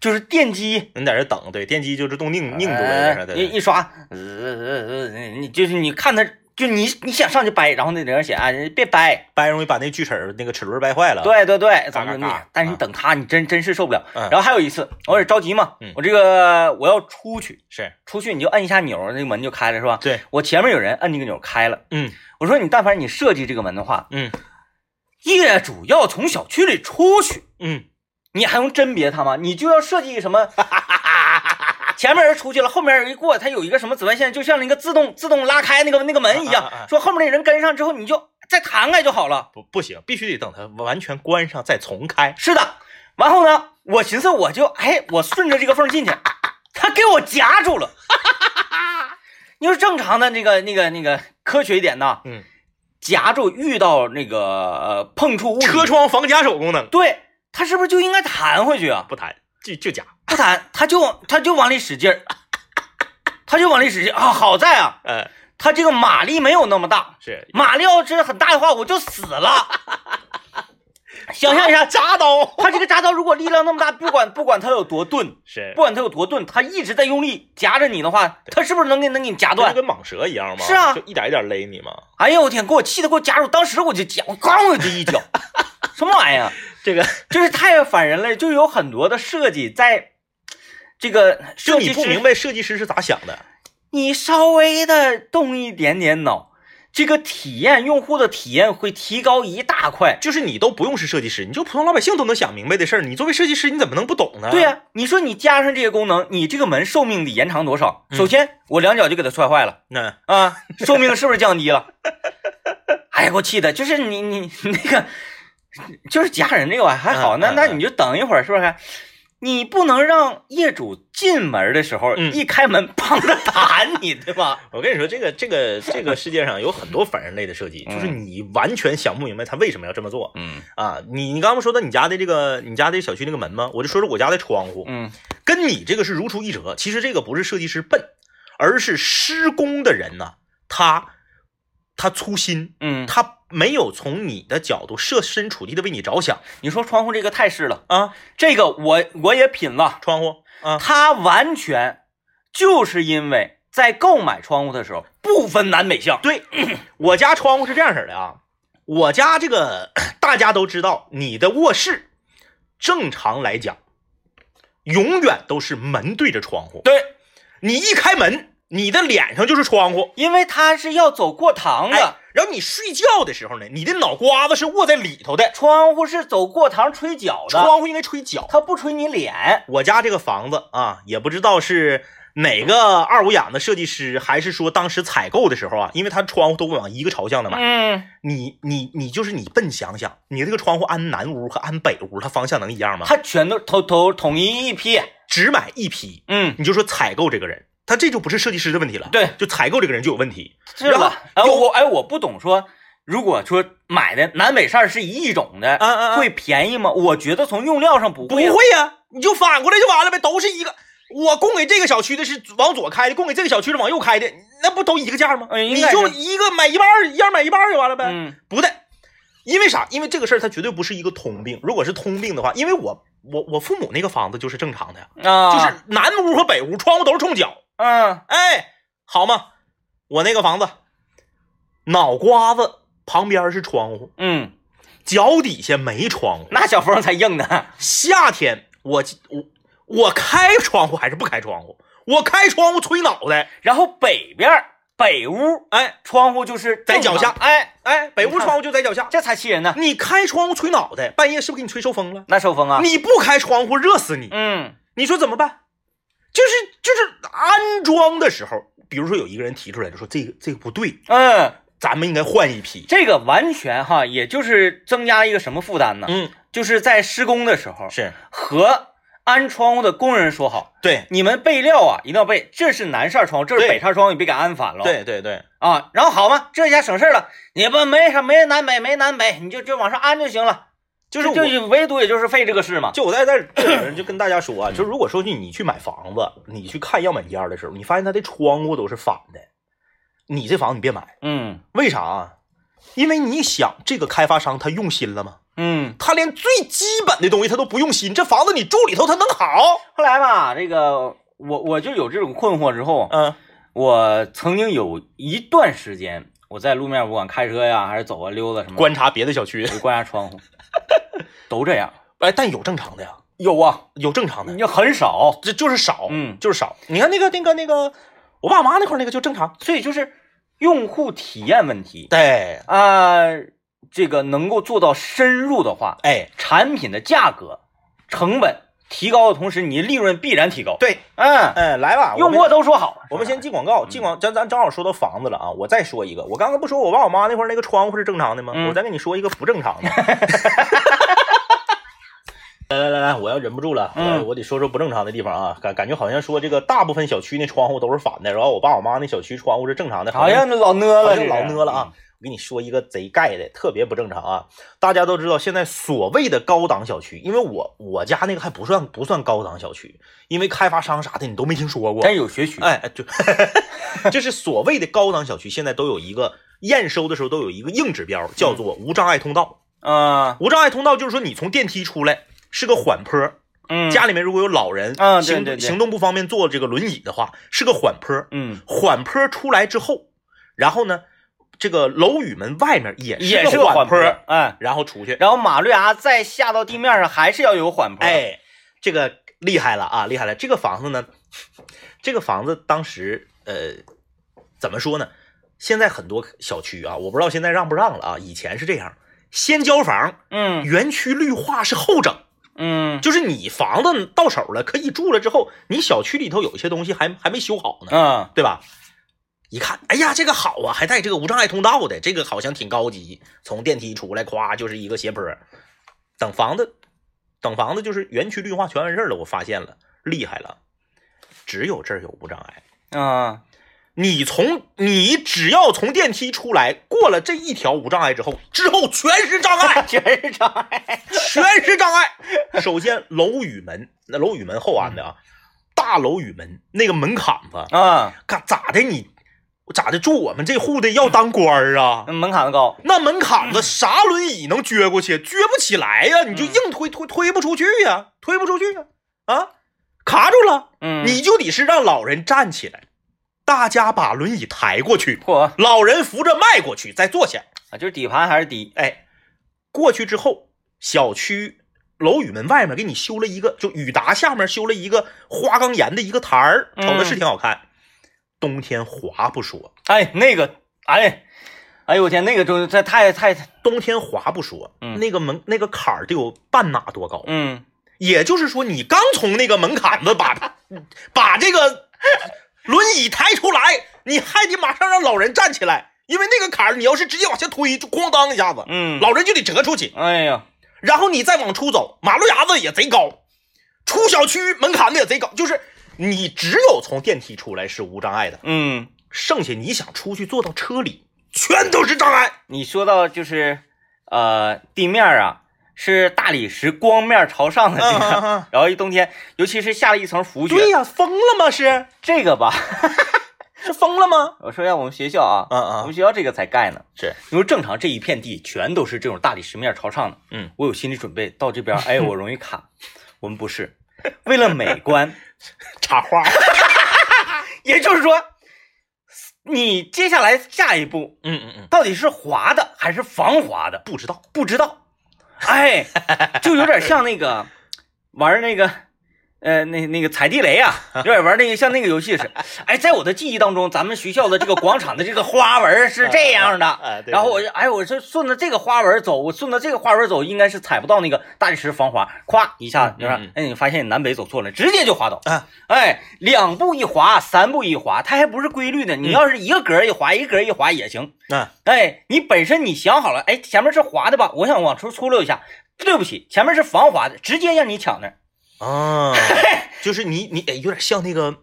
[SPEAKER 1] 就是电机
[SPEAKER 2] 你在这等，对，电机就是冻凝凝住
[SPEAKER 1] 哎
[SPEAKER 2] 了，对
[SPEAKER 1] 一
[SPEAKER 2] 对对
[SPEAKER 1] 一刷，呃呃呃，你就是你看它，就你你想上去掰，然后那人写啊，别掰，
[SPEAKER 2] 掰容易把那锯齿儿那个齿轮掰坏了，，
[SPEAKER 1] 对对对，
[SPEAKER 2] 嘎
[SPEAKER 1] 咱们
[SPEAKER 2] 啊嘎
[SPEAKER 1] 你
[SPEAKER 2] 嘎，啊
[SPEAKER 1] 但是你等它，你真真是受不了。
[SPEAKER 2] 嗯
[SPEAKER 1] 然后还有一次，我也着急嘛
[SPEAKER 2] 嗯，
[SPEAKER 1] 我这个我要出去，
[SPEAKER 2] 是，
[SPEAKER 1] 出去你就摁一下钮，那个门就开了是吧？
[SPEAKER 2] 对，
[SPEAKER 1] 我前面有人摁这个钮开了，
[SPEAKER 2] 嗯
[SPEAKER 1] 我说你但凡你设计这个门的话，
[SPEAKER 2] 嗯
[SPEAKER 1] 业主要从小区里出去。
[SPEAKER 2] 嗯，
[SPEAKER 1] 你还用甄别他吗？你就要设计什 么？前面人出去了，后面人一过，他有一个什么紫外线，就像那个自动自动拉开那个那个门一样，
[SPEAKER 2] 啊啊啊
[SPEAKER 1] 说后面那人跟上之后，你就再弹开就好了。
[SPEAKER 2] 不不行，必须得等它完全关上再重开，
[SPEAKER 1] 是的，然后呢，我寻思我就哎，我顺着这个缝进去，他给我夹住了。 你说正常的那个那个那个科学一点呐，
[SPEAKER 2] 嗯，
[SPEAKER 1] 夹住遇到那个呃碰触物体
[SPEAKER 2] 车窗防夹手功能
[SPEAKER 1] 对他是不是就应该弹回去啊？
[SPEAKER 2] 不弹，就就夹，
[SPEAKER 1] 不弹，他就他就往里使劲儿，他就往里使劲儿啊！好在啊，
[SPEAKER 2] 呃，
[SPEAKER 1] 他这个马力没有那么大，
[SPEAKER 2] 是
[SPEAKER 1] 马力要是很大的话，我就死 了。想象一下，
[SPEAKER 2] 铡刀，
[SPEAKER 1] 他这个铡刀如果力量那么大，不管不管它有多钝，
[SPEAKER 2] 是
[SPEAKER 1] 不管它有多钝，他一直在用力夹着你的话，他是不是能给能给你夹
[SPEAKER 2] 不就
[SPEAKER 1] 断？
[SPEAKER 2] 跟蟒蛇一样吗？
[SPEAKER 1] 是啊
[SPEAKER 2] 就一点一点勒你嘛，
[SPEAKER 1] 哎呦我天，给我气的给我夹住，当时我就夹，我咣我就一脚， 什么玩意儿？啊
[SPEAKER 2] 这个
[SPEAKER 1] 就是太反人类，就有很多的设计在这个
[SPEAKER 2] 就
[SPEAKER 1] 设计
[SPEAKER 2] 你不
[SPEAKER 1] 之
[SPEAKER 2] 明白设计师是咋想的，
[SPEAKER 1] 你稍微的动一点点脑，这个体验用户的体验会提高一大块。
[SPEAKER 2] 就是你都不用是设计师，你就普通老百姓都能想明白的事儿，你作为设计师你怎么能不懂呢？
[SPEAKER 1] 对呀、你说你加上这些功能，你这个门寿命得延长多少？
[SPEAKER 2] 嗯
[SPEAKER 1] 首先，我两脚就给它踹坏了
[SPEAKER 2] 那
[SPEAKER 1] 啊，寿命是不是降低了？哎呀，给我气的，就是你你那个，就是家人这个玩意儿还好，
[SPEAKER 2] 嗯
[SPEAKER 1] 那
[SPEAKER 2] 嗯
[SPEAKER 1] 那
[SPEAKER 2] 嗯
[SPEAKER 1] 你就等一会儿，是不是？你不能让业主进门的时候、
[SPEAKER 2] 嗯
[SPEAKER 1] 一开门， 砰的弹你，对吧？
[SPEAKER 2] 我跟你说，这个这个这个世界上有很多反人类的设计，
[SPEAKER 1] 嗯
[SPEAKER 2] 就是你完全想不明白他为什么要这么做
[SPEAKER 1] 嗯
[SPEAKER 2] 啊！你你刚刚不说到你家的这个你家的小区那个门吗？我就说说我家的窗户，
[SPEAKER 1] 嗯
[SPEAKER 2] 跟你这个是如出一辙。其实这个不是设计师笨，而是施工的人呢、他他粗心，
[SPEAKER 1] 嗯，
[SPEAKER 2] 他没有从你的角度设身处地的为你着想
[SPEAKER 1] 你说窗户这个太是了。
[SPEAKER 2] 啊！
[SPEAKER 1] 这个我我也品了，
[SPEAKER 2] 窗户啊，
[SPEAKER 1] 他完全就是因为在购买窗户的时候不分南北向，
[SPEAKER 2] 对我家窗户是这样式儿的啊，我家这个 大家都知道，你的卧室正常来讲，永远都是门对着窗户。
[SPEAKER 1] 对，
[SPEAKER 2] 你一开门，你的脸上就是窗户。
[SPEAKER 1] 因为他是要走过堂的，
[SPEAKER 2] 哎，然后你睡觉的时候呢，你的脑瓜子是卧在里头的，
[SPEAKER 1] 窗户是走过堂吹脚的，
[SPEAKER 2] 窗户应该吹脚。
[SPEAKER 1] 他不吹你脸。
[SPEAKER 2] 我家这个房子啊，也不知道是哪个二五眼的设计师，还是说当时采购的时候啊，因为它窗户都往一个朝向的嘛，
[SPEAKER 1] 嗯，
[SPEAKER 2] 你你你就是你笨想想，你这个窗户安南屋和安北屋，它方向能一样吗？
[SPEAKER 1] 他全都头头统一一批。
[SPEAKER 2] 只买一批，
[SPEAKER 1] 嗯，
[SPEAKER 2] 你就说采购这个人，他这就不是设计师的问题了，
[SPEAKER 1] 对，
[SPEAKER 2] 就采购这个人就有问题。
[SPEAKER 1] 是
[SPEAKER 2] 然后
[SPEAKER 1] 吧？哎，我哎，我不懂说，如果说买的南北扇是一种的，
[SPEAKER 2] 啊啊啊
[SPEAKER 1] 会便宜吗？我觉得从用料上不
[SPEAKER 2] 不
[SPEAKER 1] 会啊。
[SPEAKER 2] 会呀、你就反过来就完了呗，都是一个。我供给这个小区的是往左开的，供给这个小区的往右开的，那不都一个价吗？
[SPEAKER 1] 嗯应
[SPEAKER 2] 你
[SPEAKER 1] 该是
[SPEAKER 2] 就一个买一半儿，一样买一半儿就完了呗。
[SPEAKER 1] 嗯
[SPEAKER 2] 不对，因为啥？因为这个事儿它绝对不是一个通病。如果是通病的话，因为我我我父母那个房子就是正常的呀，
[SPEAKER 1] 啊，
[SPEAKER 2] 就是南屋和北屋窗户都是冲角。
[SPEAKER 1] 嗯
[SPEAKER 2] 哎，好嘛，我那个房子，脑瓜子旁边是窗户，
[SPEAKER 1] 嗯，
[SPEAKER 2] 脚底下没窗户。
[SPEAKER 1] 那小风才硬呢。
[SPEAKER 2] 夏天我我我开窗户还是不开窗户？我开窗户吹脑袋。
[SPEAKER 1] 然后北边儿北屋
[SPEAKER 2] 哎
[SPEAKER 1] 窗户就是
[SPEAKER 2] 在
[SPEAKER 1] 正常
[SPEAKER 2] 脚下
[SPEAKER 1] 哎，
[SPEAKER 2] 哎，北屋
[SPEAKER 1] 你看
[SPEAKER 2] 窗户就在脚下。
[SPEAKER 1] 这才气人呢。
[SPEAKER 2] 你开窗户吹脑袋，半夜是不是给你吹受风了？
[SPEAKER 1] 那受风啊，
[SPEAKER 2] 你不开窗户热死你。
[SPEAKER 1] 嗯
[SPEAKER 2] 你说怎么办？就是就是安装的时候，比如说有一个人提出来就说这个这个不对，
[SPEAKER 1] 嗯，
[SPEAKER 2] 咱们应该换一批。
[SPEAKER 1] 这个完全哈，也就是增加一个什么负担呢？
[SPEAKER 2] 嗯，
[SPEAKER 1] 就是在施工的时候
[SPEAKER 2] 是
[SPEAKER 1] 和安窗户的工人说好，
[SPEAKER 2] 对
[SPEAKER 1] 你们备料啊，一定要备，这是南扇窗户，这是
[SPEAKER 2] 对
[SPEAKER 1] 北扇窗户，你别给安反了。
[SPEAKER 2] 对对对，
[SPEAKER 1] 啊，然后好嘛，这下省事儿了，你不没啥没南北没南北，你就就往上安就行了。
[SPEAKER 2] 就是我
[SPEAKER 1] 就就唯独也就是费这个事嘛。
[SPEAKER 2] 就我在在这儿就跟大家说啊，就是如果说你去买房子，你去看样板间儿的时候，你发现它的窗户都是反的，你这房子你别买，
[SPEAKER 1] 嗯
[SPEAKER 2] 为啥啊？因为你想这个开发商他用心了吗？
[SPEAKER 1] 嗯，
[SPEAKER 2] 他连最基本的东西他都不用心，这房子你住里头他能好？
[SPEAKER 1] 后来吧，这个我我就有这种困惑之后，
[SPEAKER 2] 嗯
[SPEAKER 1] 我曾经有一段时间，我在路面不管开车呀还是走啊溜达什么的，
[SPEAKER 2] 观察别的小区
[SPEAKER 1] 我，就关下窗户， 都这样。
[SPEAKER 2] 哎，但有正常的呀，
[SPEAKER 1] 有啊，
[SPEAKER 2] 有正常的。
[SPEAKER 1] 也很少，
[SPEAKER 2] 这就是少，
[SPEAKER 1] 嗯
[SPEAKER 2] 就是少。你看那个那个那个，我爸妈那块儿那个就正常，
[SPEAKER 1] 所以就是用户体验问题
[SPEAKER 2] 对，
[SPEAKER 1] 啊、这个能够做到深入的话，
[SPEAKER 2] 哎，
[SPEAKER 1] 产品的价格、成本提高的同时，你利润必然提高。，
[SPEAKER 2] 对，
[SPEAKER 1] 嗯，
[SPEAKER 2] 哎，来吧，
[SPEAKER 1] 用
[SPEAKER 2] 我
[SPEAKER 1] 户
[SPEAKER 2] 们
[SPEAKER 1] 都说好，
[SPEAKER 2] 我们先进广告，进广咱咱正好说到房子了啊，我再说一个，我刚刚不说我爸我妈那块儿那个窗户是正常的吗？
[SPEAKER 1] 嗯
[SPEAKER 2] 我再跟你说一个不正常的。来来来来，我要忍不住了，
[SPEAKER 1] 嗯
[SPEAKER 2] 我我得说说不正常的地方啊，感感觉好像说这个大部分小区那窗户都是反的，然后我爸我妈那小区窗户是正常的，好
[SPEAKER 1] 好
[SPEAKER 2] 像
[SPEAKER 1] 像老呢了，
[SPEAKER 2] 好像老呢了啊！我跟你说一个贼盖的，特别不正常啊！大家都知道，现在所谓的高档小区，因为我我家那个还不算不算高档小区，因为开发商啥的你都没听说过
[SPEAKER 1] 这，。但有学区，
[SPEAKER 2] 哎，哎就 就是所谓的高档小区，现在都有一个验收的时候都有一个硬指标，叫做无障碍通道。
[SPEAKER 1] 嗯
[SPEAKER 2] 无障碍通道就是说你从电梯出来是个缓坡，
[SPEAKER 1] 嗯，
[SPEAKER 2] 家里面如果有老人
[SPEAKER 1] 啊对
[SPEAKER 2] 行
[SPEAKER 1] 对对
[SPEAKER 2] 行动不方便坐这个轮椅的话，是个缓坡。
[SPEAKER 1] 嗯
[SPEAKER 2] 缓坡出来之后，然后呢，这个楼宇门外面也
[SPEAKER 1] 也
[SPEAKER 2] 是
[SPEAKER 1] 是个
[SPEAKER 2] 缓
[SPEAKER 1] 缓坡，哎，
[SPEAKER 2] 然后出去。
[SPEAKER 1] 然后马路牙再下到地面上还是要有缓坡，，
[SPEAKER 2] 哎，这个厉害了啊，厉害了！这个房子呢， 这个房子当时呃，怎么说呢？现在很多小区啊，我不知道现在让不让了啊。以前是这样，先交房，
[SPEAKER 1] 嗯
[SPEAKER 2] 园区绿化是后整，
[SPEAKER 1] 嗯
[SPEAKER 2] 就是你房子到手了，可以住了之后，你小区里头有一些东西还还没修好呢。
[SPEAKER 1] 嗯，
[SPEAKER 2] 对吧？一看，哎呀，这个好啊，还带这个无障碍通道的，这个好像挺高级。从电梯出来，咵就是一个斜坡。等房子，等房子就是园区绿化全完事儿了，我发现了，厉害了，只有这儿有无障碍。
[SPEAKER 1] 啊，，
[SPEAKER 2] 你从你只要从电梯出来，过了这一条无障碍之后，之后全是障碍
[SPEAKER 1] 全是障碍，
[SPEAKER 2] 全是障碍。首先楼宇门，那楼宇门后安的啊，大楼宇门那个门槛子，
[SPEAKER 1] 啊，
[SPEAKER 2] 干咋的你？咋的？住我们这户的要当官儿啊？
[SPEAKER 1] 嗯门槛子高，
[SPEAKER 2] 那门槛子啥轮椅能撅过去？撅不起来呀、你就硬推推推不出去呀、推不出去呀、啊！卡住了，
[SPEAKER 1] 嗯，
[SPEAKER 2] 你就得是让老人站起来，大家把轮椅抬过去，
[SPEAKER 1] 嚯，
[SPEAKER 2] 老人扶着迈过去，再坐下。
[SPEAKER 1] 啊，就是底盘还是低，
[SPEAKER 2] 哎，过去之后，小区楼宇门外面给你修了一个，就雨达下面修了一个花岗岩的一个台儿，瞅着是挺好看。冬天滑不说，
[SPEAKER 1] 哎，那个，哎，哎呦我天，那个中这太太，
[SPEAKER 2] 冬天滑不说，
[SPEAKER 1] 嗯
[SPEAKER 2] 那个门那个坎儿得有半码多高，
[SPEAKER 1] 嗯，
[SPEAKER 2] 也就是说，你刚从那个门槛子把它把这个轮椅抬出来，你还得马上让老人站起来，因为那个坎儿你要是直接往下推，就咣当一下子，
[SPEAKER 1] 嗯
[SPEAKER 2] 老人就得折出去。
[SPEAKER 1] 哎呀，
[SPEAKER 2] 然后你再往出走，马路牙子也贼高，出小区门槛子也贼高，就是你只有从电梯出来是无障碍的，
[SPEAKER 1] 嗯，
[SPEAKER 2] 剩下你想出去坐到车里，全都是障碍。
[SPEAKER 1] 你说到就是，呃，地面啊是大理石光面朝上的这个，
[SPEAKER 2] 嗯嗯嗯
[SPEAKER 1] 然后一冬天，尤其是下了一层浮雪，
[SPEAKER 2] 对呀、啊疯了吗？是
[SPEAKER 1] 这个吧，
[SPEAKER 2] 是疯了吗？
[SPEAKER 1] 我呃说一下我们学校啊，
[SPEAKER 2] 嗯
[SPEAKER 1] 我们
[SPEAKER 2] 嗯，
[SPEAKER 1] 学校这个才盖呢，
[SPEAKER 2] 是
[SPEAKER 1] 因为正常这一片地全都是这种大理石面朝上的，
[SPEAKER 2] 嗯，
[SPEAKER 1] 我有心理准备，到这边 哎我容易卡，我们不是，为了美观，
[SPEAKER 2] 插花。
[SPEAKER 1] 也就是说，你接下来下一步
[SPEAKER 2] 嗯嗯嗯，
[SPEAKER 1] 到底是滑的还是防滑的，
[SPEAKER 2] 不知道。
[SPEAKER 1] 不知道，哎，就有点像那个玩那个。呃，那那个踩地雷啊，有点玩那个像那个游戏似的。哎，在我的记忆当中，咱们学校的这个广场的这个花纹是这样的，
[SPEAKER 2] 啊对对
[SPEAKER 1] 然后我就哎，我是顺着这个花纹走，我顺着这个花纹走，应该是踩不到那个大理石防滑，咵一下，你说
[SPEAKER 2] 嗯嗯，
[SPEAKER 1] 哎，你发现你南北走错了，直接就滑倒
[SPEAKER 2] 啊！
[SPEAKER 1] 哎，两步一滑，三步一滑，它还不是规律的。你要是一个格儿一滑，一个格儿一滑也行。
[SPEAKER 2] 嗯
[SPEAKER 1] 哎，你本身你想好了，哎，前面是滑的吧？我想往出出溜一下，对不起，前面是防滑的，直接让你抢那儿。
[SPEAKER 2] 啊，就是你你哎，有点像那个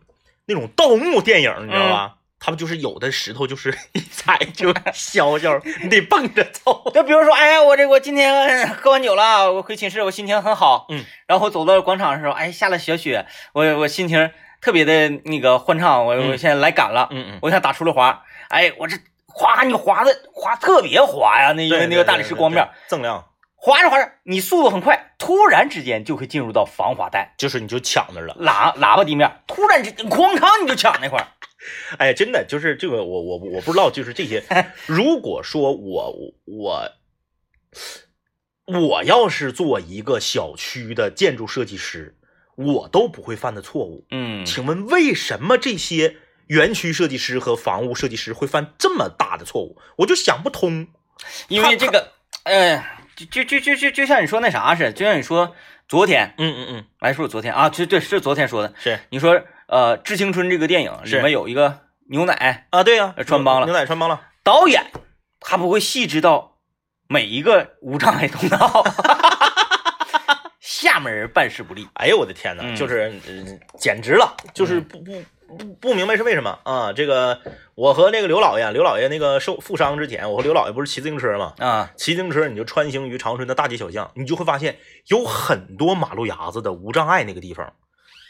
[SPEAKER 2] 那种盗墓电影，你知
[SPEAKER 1] 嗯
[SPEAKER 2] 道吧？他们就是有的石头就是 一踩 就削削，你得蹦着走。
[SPEAKER 1] 就比如说，哎，我这我今天 呃喝完酒了，我回寝室，我心情很好，
[SPEAKER 2] 嗯，
[SPEAKER 1] 然后走到广场的时候，哎，下了小雪，我我心情特别的那个欢畅，我我现在来赶了，
[SPEAKER 2] 嗯嗯
[SPEAKER 1] 我想打出溜滑，哎，我这哗，你滑的滑特别滑呀，那因为那个大理石光面，
[SPEAKER 2] 锃亮，
[SPEAKER 1] 滑着滑着，你速度很快，突然之间就会进入到防滑带，
[SPEAKER 2] 就是你就抢那儿了。
[SPEAKER 1] 喇喇叭地面，突然之间哐当你就抢那块儿，
[SPEAKER 2] 哎，真的就是这个，我我我不知道，就是 这些。如果说我我我要是做一个小区的建筑设计师，我都不会犯的错误。
[SPEAKER 1] 嗯
[SPEAKER 2] 请问为什么这些园区设计师和房屋设计师会犯这么大的错误？我就想不通。
[SPEAKER 1] 因为这个，呃，就就就就就就像你说那啥似的，就像你说昨天。
[SPEAKER 2] 嗯嗯嗯，
[SPEAKER 1] 来说昨天啊，这对是昨天说的。
[SPEAKER 2] 是
[SPEAKER 1] 你说呃，《致青春》这个电影
[SPEAKER 2] 是
[SPEAKER 1] 里面有一个牛奶
[SPEAKER 2] 啊，对呀、
[SPEAKER 1] 呃穿帮了
[SPEAKER 2] 牛奶穿帮了。
[SPEAKER 1] 导演，他不会细致到每一个无障碍通道， 厦门人办事不力。
[SPEAKER 2] 哎呦我的天哪，
[SPEAKER 1] 嗯
[SPEAKER 2] 就是、呃简直了，就是不不不不明白是为什么啊？这个我和那个刘老爷，刘老爷那个受负伤之前，我和刘老爷不是骑自行车吗？
[SPEAKER 1] 啊，
[SPEAKER 2] 骑自行车你就穿行于长春的大街小巷，你就会发现有很多马路牙子的无障碍那个地方，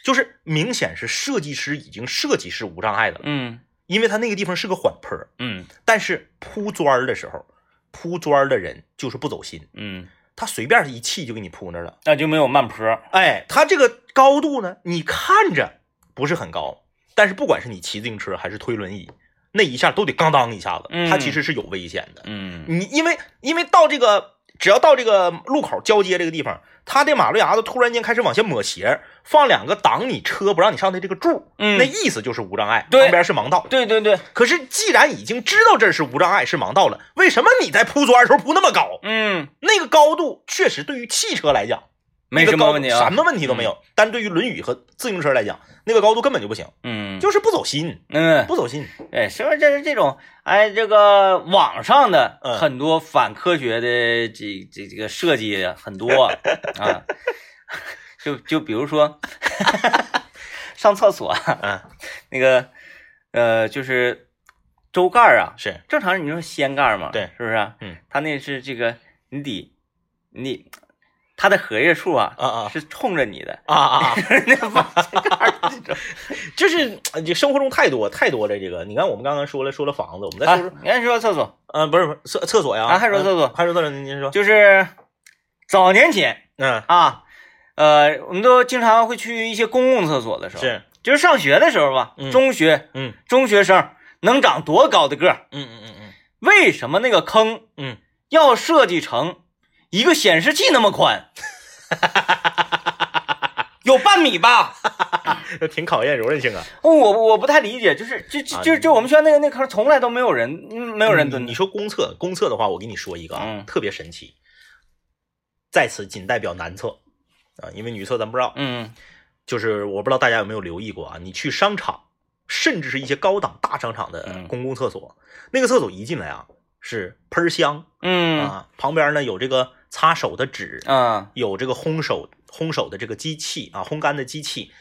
[SPEAKER 2] 就是明显是设计师已经设计是无障碍的了，
[SPEAKER 1] 嗯
[SPEAKER 2] 因为他那个地方是个缓坡。
[SPEAKER 1] 嗯
[SPEAKER 2] 但是铺砖儿的时候，铺砖儿的人就是不走心，
[SPEAKER 1] 嗯，
[SPEAKER 2] 他随便一气就给你铺那儿了。
[SPEAKER 1] 那就没有慢坡。
[SPEAKER 2] 哎，他这个高度呢，你看着不是很高，但是不管是你骑自行车还是推轮椅，那一下都得咣当一下子，
[SPEAKER 1] 嗯
[SPEAKER 2] 它其实是有危险的。
[SPEAKER 1] 嗯
[SPEAKER 2] 你因为因为到这个。只要到这个路口交接这个地方，他的马路牙子突然间开始往下抹斜，放两个挡你车不让你上的这个柱，
[SPEAKER 1] 嗯
[SPEAKER 2] 那意思就是无障碍，
[SPEAKER 1] 对
[SPEAKER 2] 旁边是盲道，
[SPEAKER 1] 对对对，
[SPEAKER 2] 可是既然已经知道这是无障碍是盲道了，为什么你在铺砖的时候铺那么高？
[SPEAKER 1] 嗯，
[SPEAKER 2] 那个高度确实对于汽车来讲
[SPEAKER 1] 没
[SPEAKER 2] 那
[SPEAKER 1] 什
[SPEAKER 2] 个高
[SPEAKER 1] 么
[SPEAKER 2] 度
[SPEAKER 1] 问题啊。
[SPEAKER 2] 什么问题都没有。但对于轮椅和自行车来讲，那个高度根本就不行，
[SPEAKER 1] 嗯，
[SPEAKER 2] 就是不走心，
[SPEAKER 1] 嗯，
[SPEAKER 2] 不走心。
[SPEAKER 1] 哎，是不是这是这种哎，这个网上的
[SPEAKER 2] 嗯
[SPEAKER 1] 很多反科学的这这这个设计很多 啊，就就比如说 上厕所啊
[SPEAKER 2] 嗯，
[SPEAKER 1] 那个呃，就是周盖儿啊，
[SPEAKER 2] 是
[SPEAKER 1] 正常你说掀盖儿嘛，
[SPEAKER 2] 对
[SPEAKER 1] 是不是啊？
[SPEAKER 2] 嗯，
[SPEAKER 1] 它那是这个你得你它的荷叶处啊
[SPEAKER 2] 啊啊
[SPEAKER 1] 是冲着你的，
[SPEAKER 2] 啊啊！啊
[SPEAKER 1] 那网盖儿这种
[SPEAKER 2] 就是呃这生活中太多太多的这个。你看，我们刚刚说了说了房子，我们再
[SPEAKER 1] 啊
[SPEAKER 2] 说说，，
[SPEAKER 1] 你看说厕所
[SPEAKER 2] 呃，不是不是厕厕所呀，
[SPEAKER 1] 啊还说厕所
[SPEAKER 2] 嗯还说厕所，您您说，
[SPEAKER 1] 就是早年前。
[SPEAKER 2] 嗯，
[SPEAKER 1] 啊，呃，我们都经常会去一些公共厕所的时候，
[SPEAKER 2] 是，
[SPEAKER 1] 就是上学的时候吧，
[SPEAKER 2] 嗯
[SPEAKER 1] 中学
[SPEAKER 2] 嗯
[SPEAKER 1] 中学生能长多高的个儿？
[SPEAKER 2] 嗯嗯嗯嗯，
[SPEAKER 1] 为什么那个坑
[SPEAKER 2] 嗯，
[SPEAKER 1] 要设计成一个显示器那么 宽？有半米 吧？哦
[SPEAKER 2] 挺考验柔韧性啊。
[SPEAKER 1] 我我不太理解，就是就就就就我们学校那个那坑，从来都没有人，嗯没有人
[SPEAKER 2] 你
[SPEAKER 1] 蹲
[SPEAKER 2] 你说公厕，公厕的话，我跟你说一个啊，
[SPEAKER 1] 嗯
[SPEAKER 2] 特别神奇，在此仅代表男厕啊，因为女厕咱不知道。
[SPEAKER 1] 嗯
[SPEAKER 2] 就是我不知道大家有没有留意过啊，你去商场，甚至是一些高档大商场的
[SPEAKER 1] 嗯
[SPEAKER 2] 公共厕所，那个厕所一进来啊是喷香
[SPEAKER 1] 嗯
[SPEAKER 2] 啊，旁边呢有这个擦手的纸，
[SPEAKER 1] 啊
[SPEAKER 2] 有这个烘手烘手的这个机器啊，烘干的机器，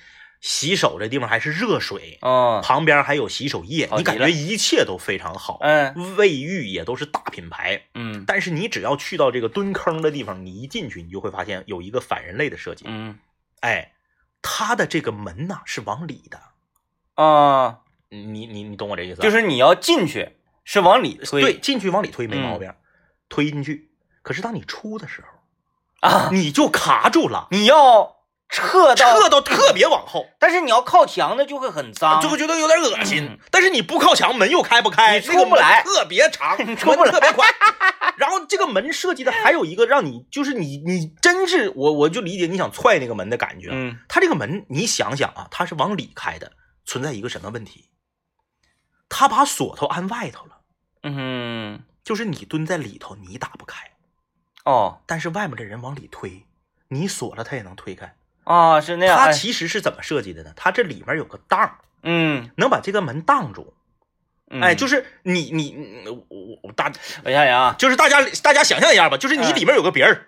[SPEAKER 2] 洗手这地方还是热水，
[SPEAKER 1] 哦
[SPEAKER 2] 旁边还有洗手液，
[SPEAKER 1] 好
[SPEAKER 2] 你
[SPEAKER 1] 极
[SPEAKER 2] 感
[SPEAKER 1] 了
[SPEAKER 2] 觉一切都非常好，
[SPEAKER 1] 嗯
[SPEAKER 2] 卫浴也都是大品牌。
[SPEAKER 1] 嗯
[SPEAKER 2] 但是你只要去到这个蹲坑的地方，你一进去，你就会发现有一个反人类的设计，
[SPEAKER 1] 嗯
[SPEAKER 2] 哎，它的这个门呐是往里的，
[SPEAKER 1] 啊，
[SPEAKER 2] 你你你懂我这意思吧？
[SPEAKER 1] 就是你要进去是往里推，
[SPEAKER 2] 对，进去往里推没
[SPEAKER 1] 嗯
[SPEAKER 2] 毛病，推进去。可是当你出的时候，
[SPEAKER 1] 啊，
[SPEAKER 2] 你就卡住了，
[SPEAKER 1] 你要撤到，
[SPEAKER 2] 撤到特别往后，
[SPEAKER 1] 但是你要靠墙的就会很脏，
[SPEAKER 2] 就会觉得有点恶心
[SPEAKER 1] 啊嗯。
[SPEAKER 2] 但是你不靠墙，门又开不开，
[SPEAKER 1] 你
[SPEAKER 2] 那个
[SPEAKER 1] 出不来
[SPEAKER 2] 门特别长，
[SPEAKER 1] 你出不
[SPEAKER 2] 门特别宽。然后这个门设计的还有一个让你，就是你你真是我我就理解你想踹那个门的感觉。
[SPEAKER 1] 嗯，
[SPEAKER 2] 它这个门，你想想啊，它是往里开的，存在一个什么问题？它把锁头安外头了，
[SPEAKER 1] 嗯
[SPEAKER 2] 就是你蹲在里头，你打不开，
[SPEAKER 1] 哦
[SPEAKER 2] 但是外面的人往里推，你锁了它也能推开。
[SPEAKER 1] 啊是那样，
[SPEAKER 2] 它
[SPEAKER 1] 哎
[SPEAKER 2] 其实是怎么设计的呢？它这里面有个档儿，
[SPEAKER 1] 嗯，
[SPEAKER 2] 能把这个门挡住。
[SPEAKER 1] 嗯
[SPEAKER 2] 哎，就是你你你我我我大，
[SPEAKER 1] 我想想啊，
[SPEAKER 2] 就是大家大家想象一下吧，就是你
[SPEAKER 1] 哎
[SPEAKER 2] 里面有个别人，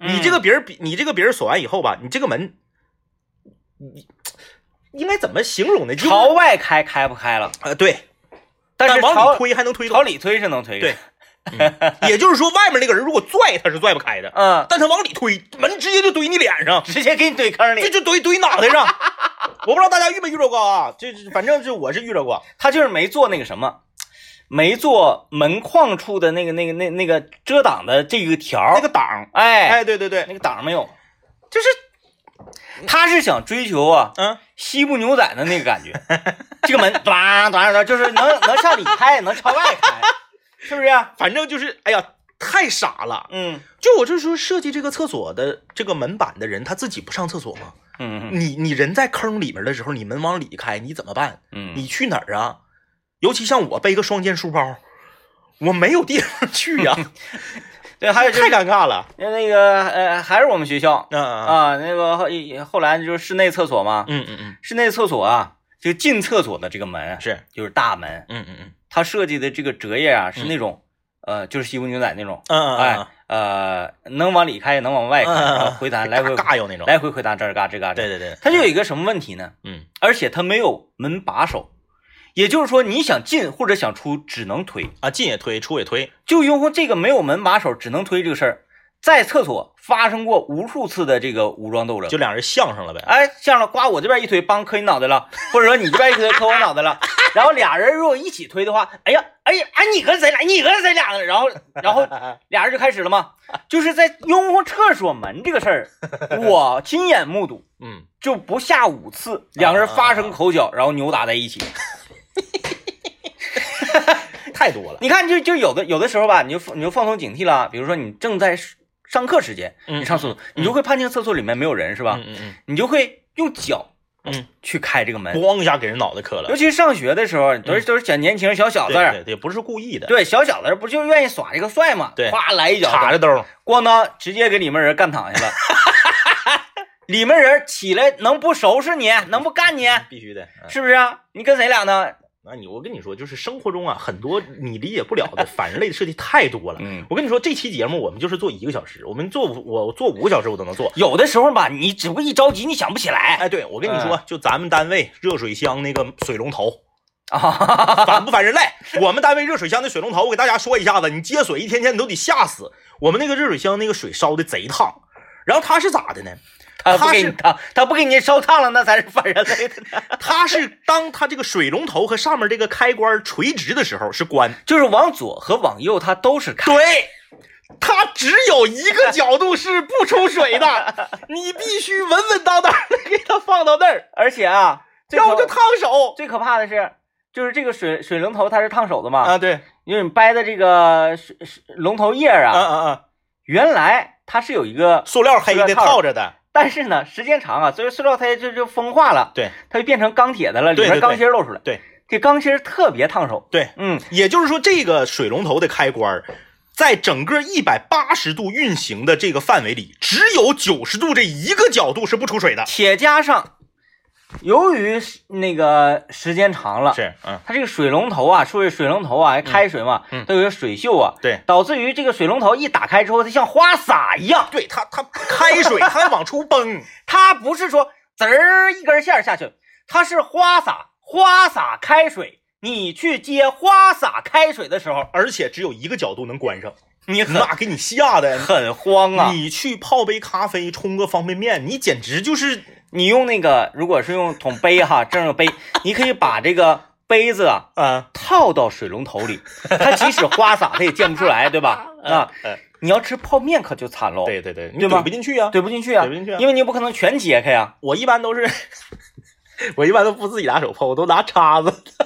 [SPEAKER 2] 你
[SPEAKER 1] 嗯
[SPEAKER 2] 这个别人比你这个别人锁完以后吧，你这个门，你应该怎么形容呢？就是
[SPEAKER 1] 朝外开开不开了，
[SPEAKER 2] 呃对，
[SPEAKER 1] 但是
[SPEAKER 2] 往
[SPEAKER 1] 朝
[SPEAKER 2] 里推还能推
[SPEAKER 1] 朝
[SPEAKER 2] 动，
[SPEAKER 1] 里推是能推开，
[SPEAKER 2] 对也就是说外面那个人如果拽他是拽不开的，
[SPEAKER 1] 嗯，
[SPEAKER 2] 但他往里推，门直接就怼你脸上，
[SPEAKER 1] 直接给你怼坑
[SPEAKER 2] 这
[SPEAKER 1] 里，
[SPEAKER 2] 就怼怼脑袋上。 我不知道大家遇没遇着过啊，这这反正是我是遇着过，
[SPEAKER 1] 他就是没做那个什么。没做门框处的那个、那个、那、那个遮挡的这个条儿
[SPEAKER 2] 那个档儿，
[SPEAKER 1] 哎，
[SPEAKER 2] 哎对对
[SPEAKER 1] 那
[SPEAKER 2] 对，
[SPEAKER 1] 个档儿没有，
[SPEAKER 2] 就是
[SPEAKER 1] 他是想追求啊
[SPEAKER 2] 嗯。
[SPEAKER 1] 西部牛仔的那个感觉，这个门哒哒哒，就是能能向里开，能朝外开，是不是、啊
[SPEAKER 2] 反正就是，哎呀，太傻了！
[SPEAKER 1] 嗯
[SPEAKER 2] 就我就说，设计这个厕所的这个门板的人，他自己不上厕所吗？
[SPEAKER 1] 嗯
[SPEAKER 2] 你你人在坑里面的时候，你门往里开，你怎么办？
[SPEAKER 1] 嗯
[SPEAKER 2] 你去哪儿啊？尤其像我背个双肩书包，我没有地方去 呀、
[SPEAKER 1] 对，还有就是
[SPEAKER 2] 太尴尬了。
[SPEAKER 1] 那那个呃，还是我们学校
[SPEAKER 2] 啊啊！
[SPEAKER 1] 啊，那个后后来就是室内厕所嘛，
[SPEAKER 2] 嗯嗯嗯，
[SPEAKER 1] 室内厕所啊，就进厕所的这个门
[SPEAKER 2] 是，
[SPEAKER 1] 就是大门，
[SPEAKER 2] 嗯嗯嗯
[SPEAKER 1] 它设计的这个折页啊是
[SPEAKER 2] 嗯
[SPEAKER 1] 那种、呃，就是西部牛仔那种，
[SPEAKER 2] 嗯嗯，
[SPEAKER 1] 哎
[SPEAKER 2] 嗯
[SPEAKER 1] 呃，能往里开也能往外开，
[SPEAKER 2] 嗯嗯嗯
[SPEAKER 1] 然后回弹来回
[SPEAKER 2] 尬哟那种。
[SPEAKER 1] 来回回弹这儿嘎这嘎这
[SPEAKER 2] 对
[SPEAKER 1] 儿，
[SPEAKER 2] 对对，
[SPEAKER 1] 它就有一个什么问题呢？
[SPEAKER 2] 嗯
[SPEAKER 1] 而且它没有门把手，也就是说你想进或者想出只能推。
[SPEAKER 2] 啊，进也推，出也推。
[SPEAKER 1] 就因为这个没有门把手只能推这个事儿，在厕所发生过无数次的这个武装斗争
[SPEAKER 2] 就。俩人相声了呗。
[SPEAKER 1] 哎，这样了，呱，我这边一推，帮磕你脑袋了，或者说你这边一推磕我脑袋了，然后俩人如果一起推的话，哎呀，哎呀，哎，你跟谁俩？你跟谁俩呢？然后，然后俩人就开始了嘛，就是在拥护厕所门这个事儿，我亲眼目睹，
[SPEAKER 2] 嗯，
[SPEAKER 1] 就不下五次，两个人发生口角，然后扭打在一起。
[SPEAKER 2] 太多了。
[SPEAKER 1] 你看，就就有的有的时候吧，你就你就放松警惕了。比如说，你正在上课时间，
[SPEAKER 2] 嗯
[SPEAKER 1] 你上厕所，你就会判定厕所里面没有人，是吧？
[SPEAKER 2] 嗯嗯
[SPEAKER 1] 你就会用脚，
[SPEAKER 2] 嗯，
[SPEAKER 1] 去开这个
[SPEAKER 2] 嗯，
[SPEAKER 1] 门。
[SPEAKER 2] 咣一下给人脑袋磕了嗯
[SPEAKER 1] 尤。其是上学的时候，都是都是小年轻小小子，
[SPEAKER 2] 对对对，不是故意的。
[SPEAKER 1] 对小小子不就愿意耍这个帅嘛？
[SPEAKER 2] 对
[SPEAKER 1] 哗来一脚，
[SPEAKER 2] 插着兜儿，
[SPEAKER 1] 咣当，直接给里面人干躺下了。 里面人起来能不收拾你，能不干你，
[SPEAKER 2] 必须的。嗯
[SPEAKER 1] 是不是啊？你跟谁俩呢？
[SPEAKER 2] 那你我跟你说，就是生活中啊，很多你理解不了的反人类的设计太多了。
[SPEAKER 1] 嗯，
[SPEAKER 2] 我跟你说，这期节目我们就是做一个小时，我们做五我做五个小时我都能做。
[SPEAKER 1] 有的时候吧，你只不过一着急，你想不起来
[SPEAKER 2] 哎，对，我跟你说，就咱们单位热水箱那个水龙头
[SPEAKER 1] 啊。
[SPEAKER 2] 反不反人类？我们单位热水箱的水龙头，我给大家说一下子，你接水一天天你都得吓死。我们那个热水箱那个水烧的贼烫，然后它是咋的呢？
[SPEAKER 1] 他不
[SPEAKER 2] 他
[SPEAKER 1] 给
[SPEAKER 2] 是
[SPEAKER 1] 你烫，他不给你烧烫了，那才是反人类的呢。
[SPEAKER 2] 它是当它这个水龙头和上面这个开关垂直的时候是关，
[SPEAKER 1] 就是往左和往右，它都是开。
[SPEAKER 2] 对，它只有一个角度是不出水的，你必须稳稳当当的给它放到那儿，
[SPEAKER 1] 而且啊，最
[SPEAKER 2] 要不
[SPEAKER 1] 可
[SPEAKER 2] 就烫手。
[SPEAKER 1] 最可怕的是，就是这个水水龙头它是烫手的嘛，
[SPEAKER 2] 啊，对，
[SPEAKER 1] 因为你掰的这个水水龙头叶儿
[SPEAKER 2] 啊
[SPEAKER 1] 啊，
[SPEAKER 2] 啊啊，
[SPEAKER 1] 原来它是有一个，
[SPEAKER 2] 塑料黑
[SPEAKER 1] 塑
[SPEAKER 2] 的
[SPEAKER 1] 料套儿
[SPEAKER 2] 套着的，
[SPEAKER 1] 但是呢，时间长啊，所以塑料它就就风化了，
[SPEAKER 2] 对
[SPEAKER 1] 它就变成钢铁的了，里
[SPEAKER 2] 对对
[SPEAKER 1] 面钢芯儿露出来，
[SPEAKER 2] 对
[SPEAKER 1] 这钢芯儿特别烫手，
[SPEAKER 2] 对。
[SPEAKER 1] 嗯，
[SPEAKER 2] 也就是说，这个水龙头的开关儿在整个一百八十度运行的这个范围里，只有九十度这一个角度是不出水的。
[SPEAKER 1] 且加上由于是那个时间长了，
[SPEAKER 2] 是，嗯，
[SPEAKER 1] 它这个水龙头啊，说是水龙头啊，开水嘛，
[SPEAKER 2] 嗯
[SPEAKER 1] 都有水锈啊，
[SPEAKER 2] 对
[SPEAKER 1] 导致于这个水龙头一打开之后，它像花洒一样，
[SPEAKER 2] 对，它它开水，它往出崩，
[SPEAKER 1] 它不是说滋儿一根线儿下去，它是花洒，花洒开水。你去接花洒开水的时候，
[SPEAKER 2] 而且只有一个角度能关上，
[SPEAKER 1] 你很
[SPEAKER 2] 那给你吓的。
[SPEAKER 1] 很慌啊！
[SPEAKER 2] 你去泡杯咖啡，冲个方便面，你简直就是
[SPEAKER 1] 你用那个，如果是用桶杯哈，正用杯，你可以把这个杯子啊
[SPEAKER 2] 啊
[SPEAKER 1] 套到水龙头里，它即使花洒它也溅不出来，对 吧？啊，
[SPEAKER 2] 呃，
[SPEAKER 1] 你要吃泡面可就惨喽，
[SPEAKER 2] 对对对，你
[SPEAKER 1] 对吗
[SPEAKER 2] 怼不进去呀、
[SPEAKER 1] 怼不进去啊，
[SPEAKER 2] 怼不进去啊
[SPEAKER 1] 因为你也不可能全解开呀、
[SPEAKER 2] 我一般都是， 我一般都不自己拿手泡，我都拿叉子，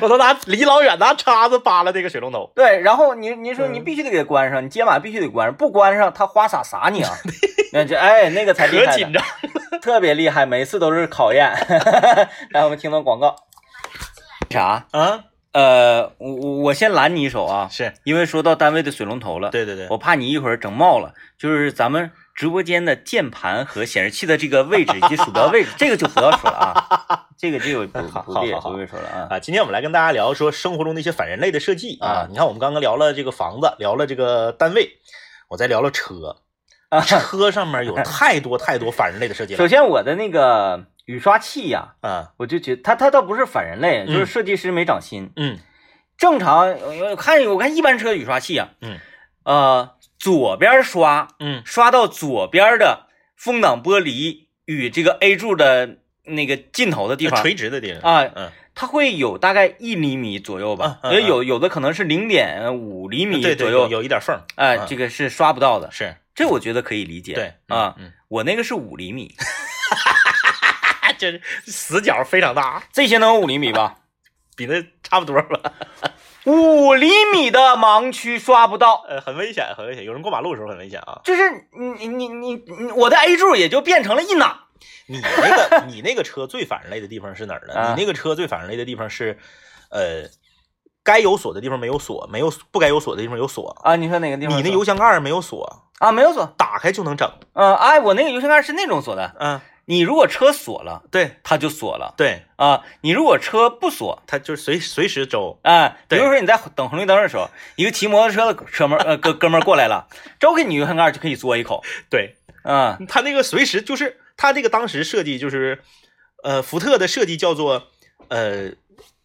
[SPEAKER 2] 我都拿离老远拿叉子扒拉这个水龙头。
[SPEAKER 1] 对，然后你你说
[SPEAKER 2] 嗯
[SPEAKER 1] 你必须得给它关上，你解码必须得关上，不关上它花洒洒 你啊，那这哎那个才厉
[SPEAKER 2] 可
[SPEAKER 1] 害
[SPEAKER 2] 紧
[SPEAKER 1] 呢，
[SPEAKER 2] 张。
[SPEAKER 1] 特别厉害，每次都是考验。 来，我们听段广告。啥？
[SPEAKER 2] 啊，
[SPEAKER 1] 呃，我我我先拦你一手啊，
[SPEAKER 2] 是
[SPEAKER 1] 因为说到单位的水龙头了，
[SPEAKER 2] 对对对，
[SPEAKER 1] 我怕你一会儿整冒了。就是咱们直播间的键盘和显示器的这个位置以及鼠标位置，这个就不要说了啊， 这个就不
[SPEAKER 2] 好
[SPEAKER 1] 不
[SPEAKER 2] 好
[SPEAKER 1] 列
[SPEAKER 2] 好好
[SPEAKER 1] 不会说了啊。
[SPEAKER 2] 啊，今天我们来跟大家聊说生活中的一些反人类的设计啊
[SPEAKER 1] 啊。
[SPEAKER 2] 你看，我们刚刚聊了这个房子，聊了这个单位，我再聊了车
[SPEAKER 1] 啊。
[SPEAKER 2] 车上面有太多太多反人类的设计了
[SPEAKER 1] 首先，我的那个雨刷器呀、
[SPEAKER 2] 啊。
[SPEAKER 1] 我就觉得它它倒不是反人类，就
[SPEAKER 2] 嗯
[SPEAKER 1] 是设计师没长心。
[SPEAKER 2] 嗯
[SPEAKER 1] 正常，呃我看我看一般车的雨刷器啊，
[SPEAKER 2] 嗯
[SPEAKER 1] 呃，左边刷
[SPEAKER 2] 嗯
[SPEAKER 1] 刷到左边的风挡玻璃与这个 A 柱的那个尽头的地方，
[SPEAKER 2] 垂直的地方
[SPEAKER 1] 啊
[SPEAKER 2] 嗯，
[SPEAKER 1] 它会有大概一厘米左右吧，
[SPEAKER 2] 嗯嗯
[SPEAKER 1] 也有有的可能是零点五厘米
[SPEAKER 2] 对
[SPEAKER 1] 左
[SPEAKER 2] 对，
[SPEAKER 1] 右
[SPEAKER 2] 有，有一点缝儿，
[SPEAKER 1] 哎、
[SPEAKER 2] 嗯
[SPEAKER 1] 这个是刷不到的，
[SPEAKER 2] 是
[SPEAKER 1] 这我觉得可以理解。
[SPEAKER 2] 对
[SPEAKER 1] 啊，
[SPEAKER 2] 嗯，
[SPEAKER 1] 我那个是五厘米，
[SPEAKER 2] 啊，就是死角非常大，
[SPEAKER 1] 这些能有五厘米吧？
[SPEAKER 2] 比那差不多吧。
[SPEAKER 1] 五厘米的盲区刷不到，
[SPEAKER 2] 呃，很危险，很危险，有人过马路的时候很危险啊。
[SPEAKER 1] 就是你你你你，我的 A 柱也就变成了一哪。
[SPEAKER 2] 你那个你那个车最反人类的地方是哪儿呢？
[SPEAKER 1] 啊
[SPEAKER 2] 你那个车最反人类的地方是，呃，该有锁的地方没有锁，没有不该有锁的地方有锁。
[SPEAKER 1] 啊，你说哪个地方？
[SPEAKER 2] 你那油箱盖儿没有锁，
[SPEAKER 1] 啊没有锁？
[SPEAKER 2] 打开就能整。
[SPEAKER 1] 嗯、哎，我那个油箱盖是那种锁的，
[SPEAKER 2] 嗯，
[SPEAKER 1] 你如果车锁了，
[SPEAKER 2] 对
[SPEAKER 1] 它就锁了
[SPEAKER 2] 对，
[SPEAKER 1] 啊；你如果车不锁，
[SPEAKER 2] 它就是随随时走。
[SPEAKER 1] 哎，比
[SPEAKER 2] 对
[SPEAKER 1] 如说你在等红绿灯的时候，一个骑摩托车的车门呃哥哥们儿过来了， 招给你油箱盖就可以嘬一口，
[SPEAKER 2] 对，
[SPEAKER 1] 啊、
[SPEAKER 2] 它那个随时就是它这个当时设计就是，呃，福特的设计叫做呃，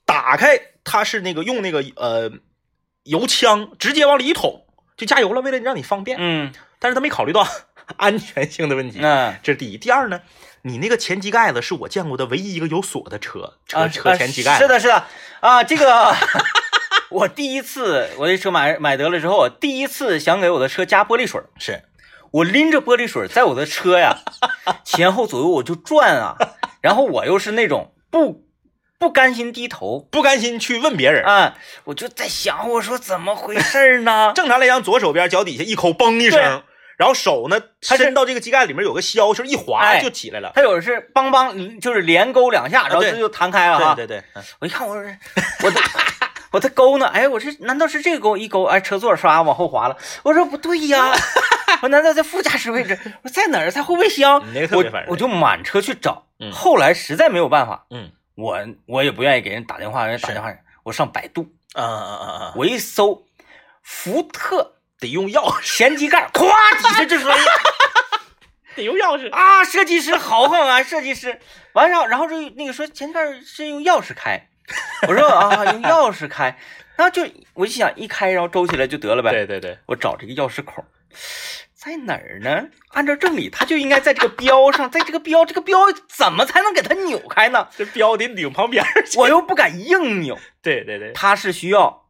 [SPEAKER 2] 打开它是那个用那个呃油枪直接往里一捅就加油了，为了让你方便。
[SPEAKER 1] 嗯，
[SPEAKER 2] 但是他没考虑到 安全性的问题。
[SPEAKER 1] 那、
[SPEAKER 2] 这是第一。第二呢，你那个前机盖子是我见过的唯一一个有锁的车，车
[SPEAKER 1] 啊
[SPEAKER 2] 车前机盖
[SPEAKER 1] 是
[SPEAKER 2] 子。
[SPEAKER 1] 的，是的，啊，这个 我第一次我这车买买得了之后，我第一次想给我的车加玻璃水儿，
[SPEAKER 2] 是
[SPEAKER 1] 我拎着玻璃水儿在我的车呀前后左右我就转啊，然后我又是那种不不甘心低头
[SPEAKER 2] 不甘心去问别人。
[SPEAKER 1] 啊，我就在想我说怎么回事儿呢？
[SPEAKER 2] 正常来讲，左手边脚底下一抠，嘣
[SPEAKER 1] 对
[SPEAKER 2] 一声，然后手呢
[SPEAKER 1] 它是
[SPEAKER 2] 伸到这个机盖里面有个削，就是一
[SPEAKER 1] 哎
[SPEAKER 2] 划就起来了。
[SPEAKER 1] 他有的是邦邦，就是连勾两下，然后
[SPEAKER 2] 啊对
[SPEAKER 1] 这就弹开了啊哈。
[SPEAKER 2] 对对对，嗯
[SPEAKER 1] 我一看，我说我的 我的勾呢？哎，我这难道是这个勾一勾？哎，车座刷往后滑了。我说不对 呀，我难道在副驾驶位置？我在哪儿？在后备箱？
[SPEAKER 2] 你那个特
[SPEAKER 1] 我
[SPEAKER 2] 别烦人。
[SPEAKER 1] 我就满车去找，
[SPEAKER 2] 嗯
[SPEAKER 1] 后来实在没有办法，
[SPEAKER 2] 嗯
[SPEAKER 1] 我我也不愿意给人打电话，人家打
[SPEAKER 2] 是
[SPEAKER 1] 电话，我上百度，
[SPEAKER 2] 啊啊啊啊，
[SPEAKER 1] 我一搜福特
[SPEAKER 2] 得用钥匙，
[SPEAKER 1] 前机盖，咵底下就出来一
[SPEAKER 2] 得用钥 匙。
[SPEAKER 1] 啊，设计师豪横啊，设计师。完上，然后就那个说前段是用钥匙 开，我说啊，用钥匙开，然后就我就想一开，然后周起来就得了呗。
[SPEAKER 2] 对对对，
[SPEAKER 1] 我找这个钥匙孔在哪儿呢？按照正理，它就应该在这个标上，在这个标，这个标怎么才能给它扭开呢？
[SPEAKER 2] 这标得拧旁边儿去。
[SPEAKER 1] 我又不敢硬扭，
[SPEAKER 2] 对对对，
[SPEAKER 1] 它是需要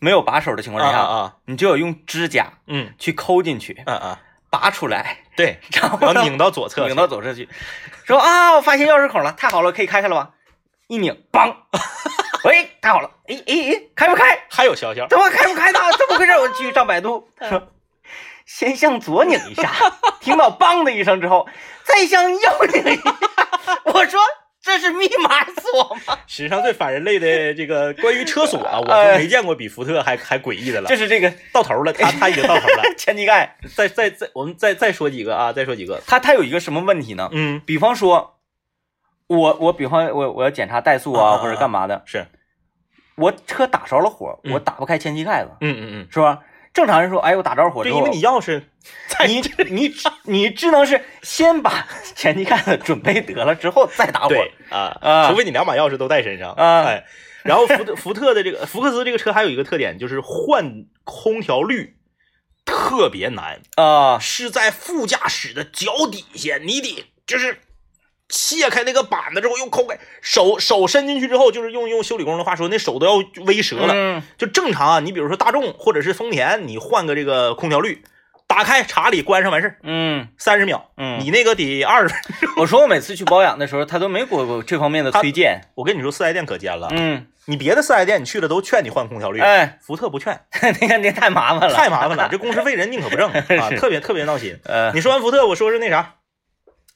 [SPEAKER 1] 没有把手的情况
[SPEAKER 2] 啊
[SPEAKER 1] 下，
[SPEAKER 2] 啊啊，
[SPEAKER 1] 你就要用指甲
[SPEAKER 2] 嗯
[SPEAKER 1] 去抠进去，
[SPEAKER 2] 啊啊，
[SPEAKER 1] 拔出来，
[SPEAKER 2] 对，
[SPEAKER 1] 然后
[SPEAKER 2] 然
[SPEAKER 1] 呢
[SPEAKER 2] 后拧到左侧去，
[SPEAKER 1] 拧到左侧去，说啊，我发现钥匙孔了，太好了，可以开开了吧？一拧，梆， 喂，太好了，哎哎哎，开不开？
[SPEAKER 2] 还有消消，
[SPEAKER 1] 怎么开不开呢？怎么回事？我去上百度，说先向左拧一下，听到“梆”的一声之后，再向右拧一下。我说这是密码锁吗？
[SPEAKER 2] 史上最反人类的这个关于车 锁啊，我
[SPEAKER 1] 哎
[SPEAKER 2] 就没见过比福特还还诡异的了
[SPEAKER 1] 就。是这个
[SPEAKER 2] 到头 了，他他已经到头了。
[SPEAKER 1] 前机盖，
[SPEAKER 2] 再再再，我们再再说几个啊，再说几个。
[SPEAKER 1] 它它有一个什么问题呢？
[SPEAKER 2] 嗯，
[SPEAKER 1] 比方说，我我比方我我要检查怠速啊
[SPEAKER 2] 啊
[SPEAKER 1] 或者干嘛的，
[SPEAKER 2] 是，
[SPEAKER 1] 我车打着了火，
[SPEAKER 2] 嗯
[SPEAKER 1] 我打不开前机盖子，
[SPEAKER 2] 嗯嗯
[SPEAKER 1] 是吧？正常人说，哎，我打着火
[SPEAKER 2] 嗯，
[SPEAKER 1] 之
[SPEAKER 2] 对，
[SPEAKER 1] 后，
[SPEAKER 2] 因为你钥匙在
[SPEAKER 1] 你你只你只能是先把前期看的准备得了之后再打火。
[SPEAKER 2] 对啊
[SPEAKER 1] 啊
[SPEAKER 2] 除非你两把钥匙都带身上
[SPEAKER 1] 啊
[SPEAKER 2] 哎，然后福特 福特的这个福克斯这个车还有一个特点就是换空调滤特别难，
[SPEAKER 1] 啊
[SPEAKER 2] 是在副驾驶的脚底下，你得就是。卸开那个板子之后，用抠开手手伸进去之后，就是用用修理工的话说，那手都要微折了。
[SPEAKER 1] 嗯
[SPEAKER 2] 就正常啊，你比如说大众或者是丰田，你换个这个空调滤，打开查理关上完事儿，
[SPEAKER 1] 嗯
[SPEAKER 2] 三十秒。
[SPEAKER 1] 嗯，
[SPEAKER 2] 你那个得二十，
[SPEAKER 1] 我说我每次去保养的时候，他都没给我这方面的推荐。
[SPEAKER 2] 我跟你说，四 S 店可尖了。
[SPEAKER 1] 嗯，
[SPEAKER 2] 你别的四 S 店你去了都劝你换空调滤，
[SPEAKER 1] 哎，
[SPEAKER 2] 福特不劝，
[SPEAKER 1] 那个那太麻烦了，
[SPEAKER 2] 太麻烦 了，这工时费人宁可不挣啊，
[SPEAKER 1] 是
[SPEAKER 2] 特别特别闹心。
[SPEAKER 1] 呃
[SPEAKER 2] 你说完福特，我说说那啥，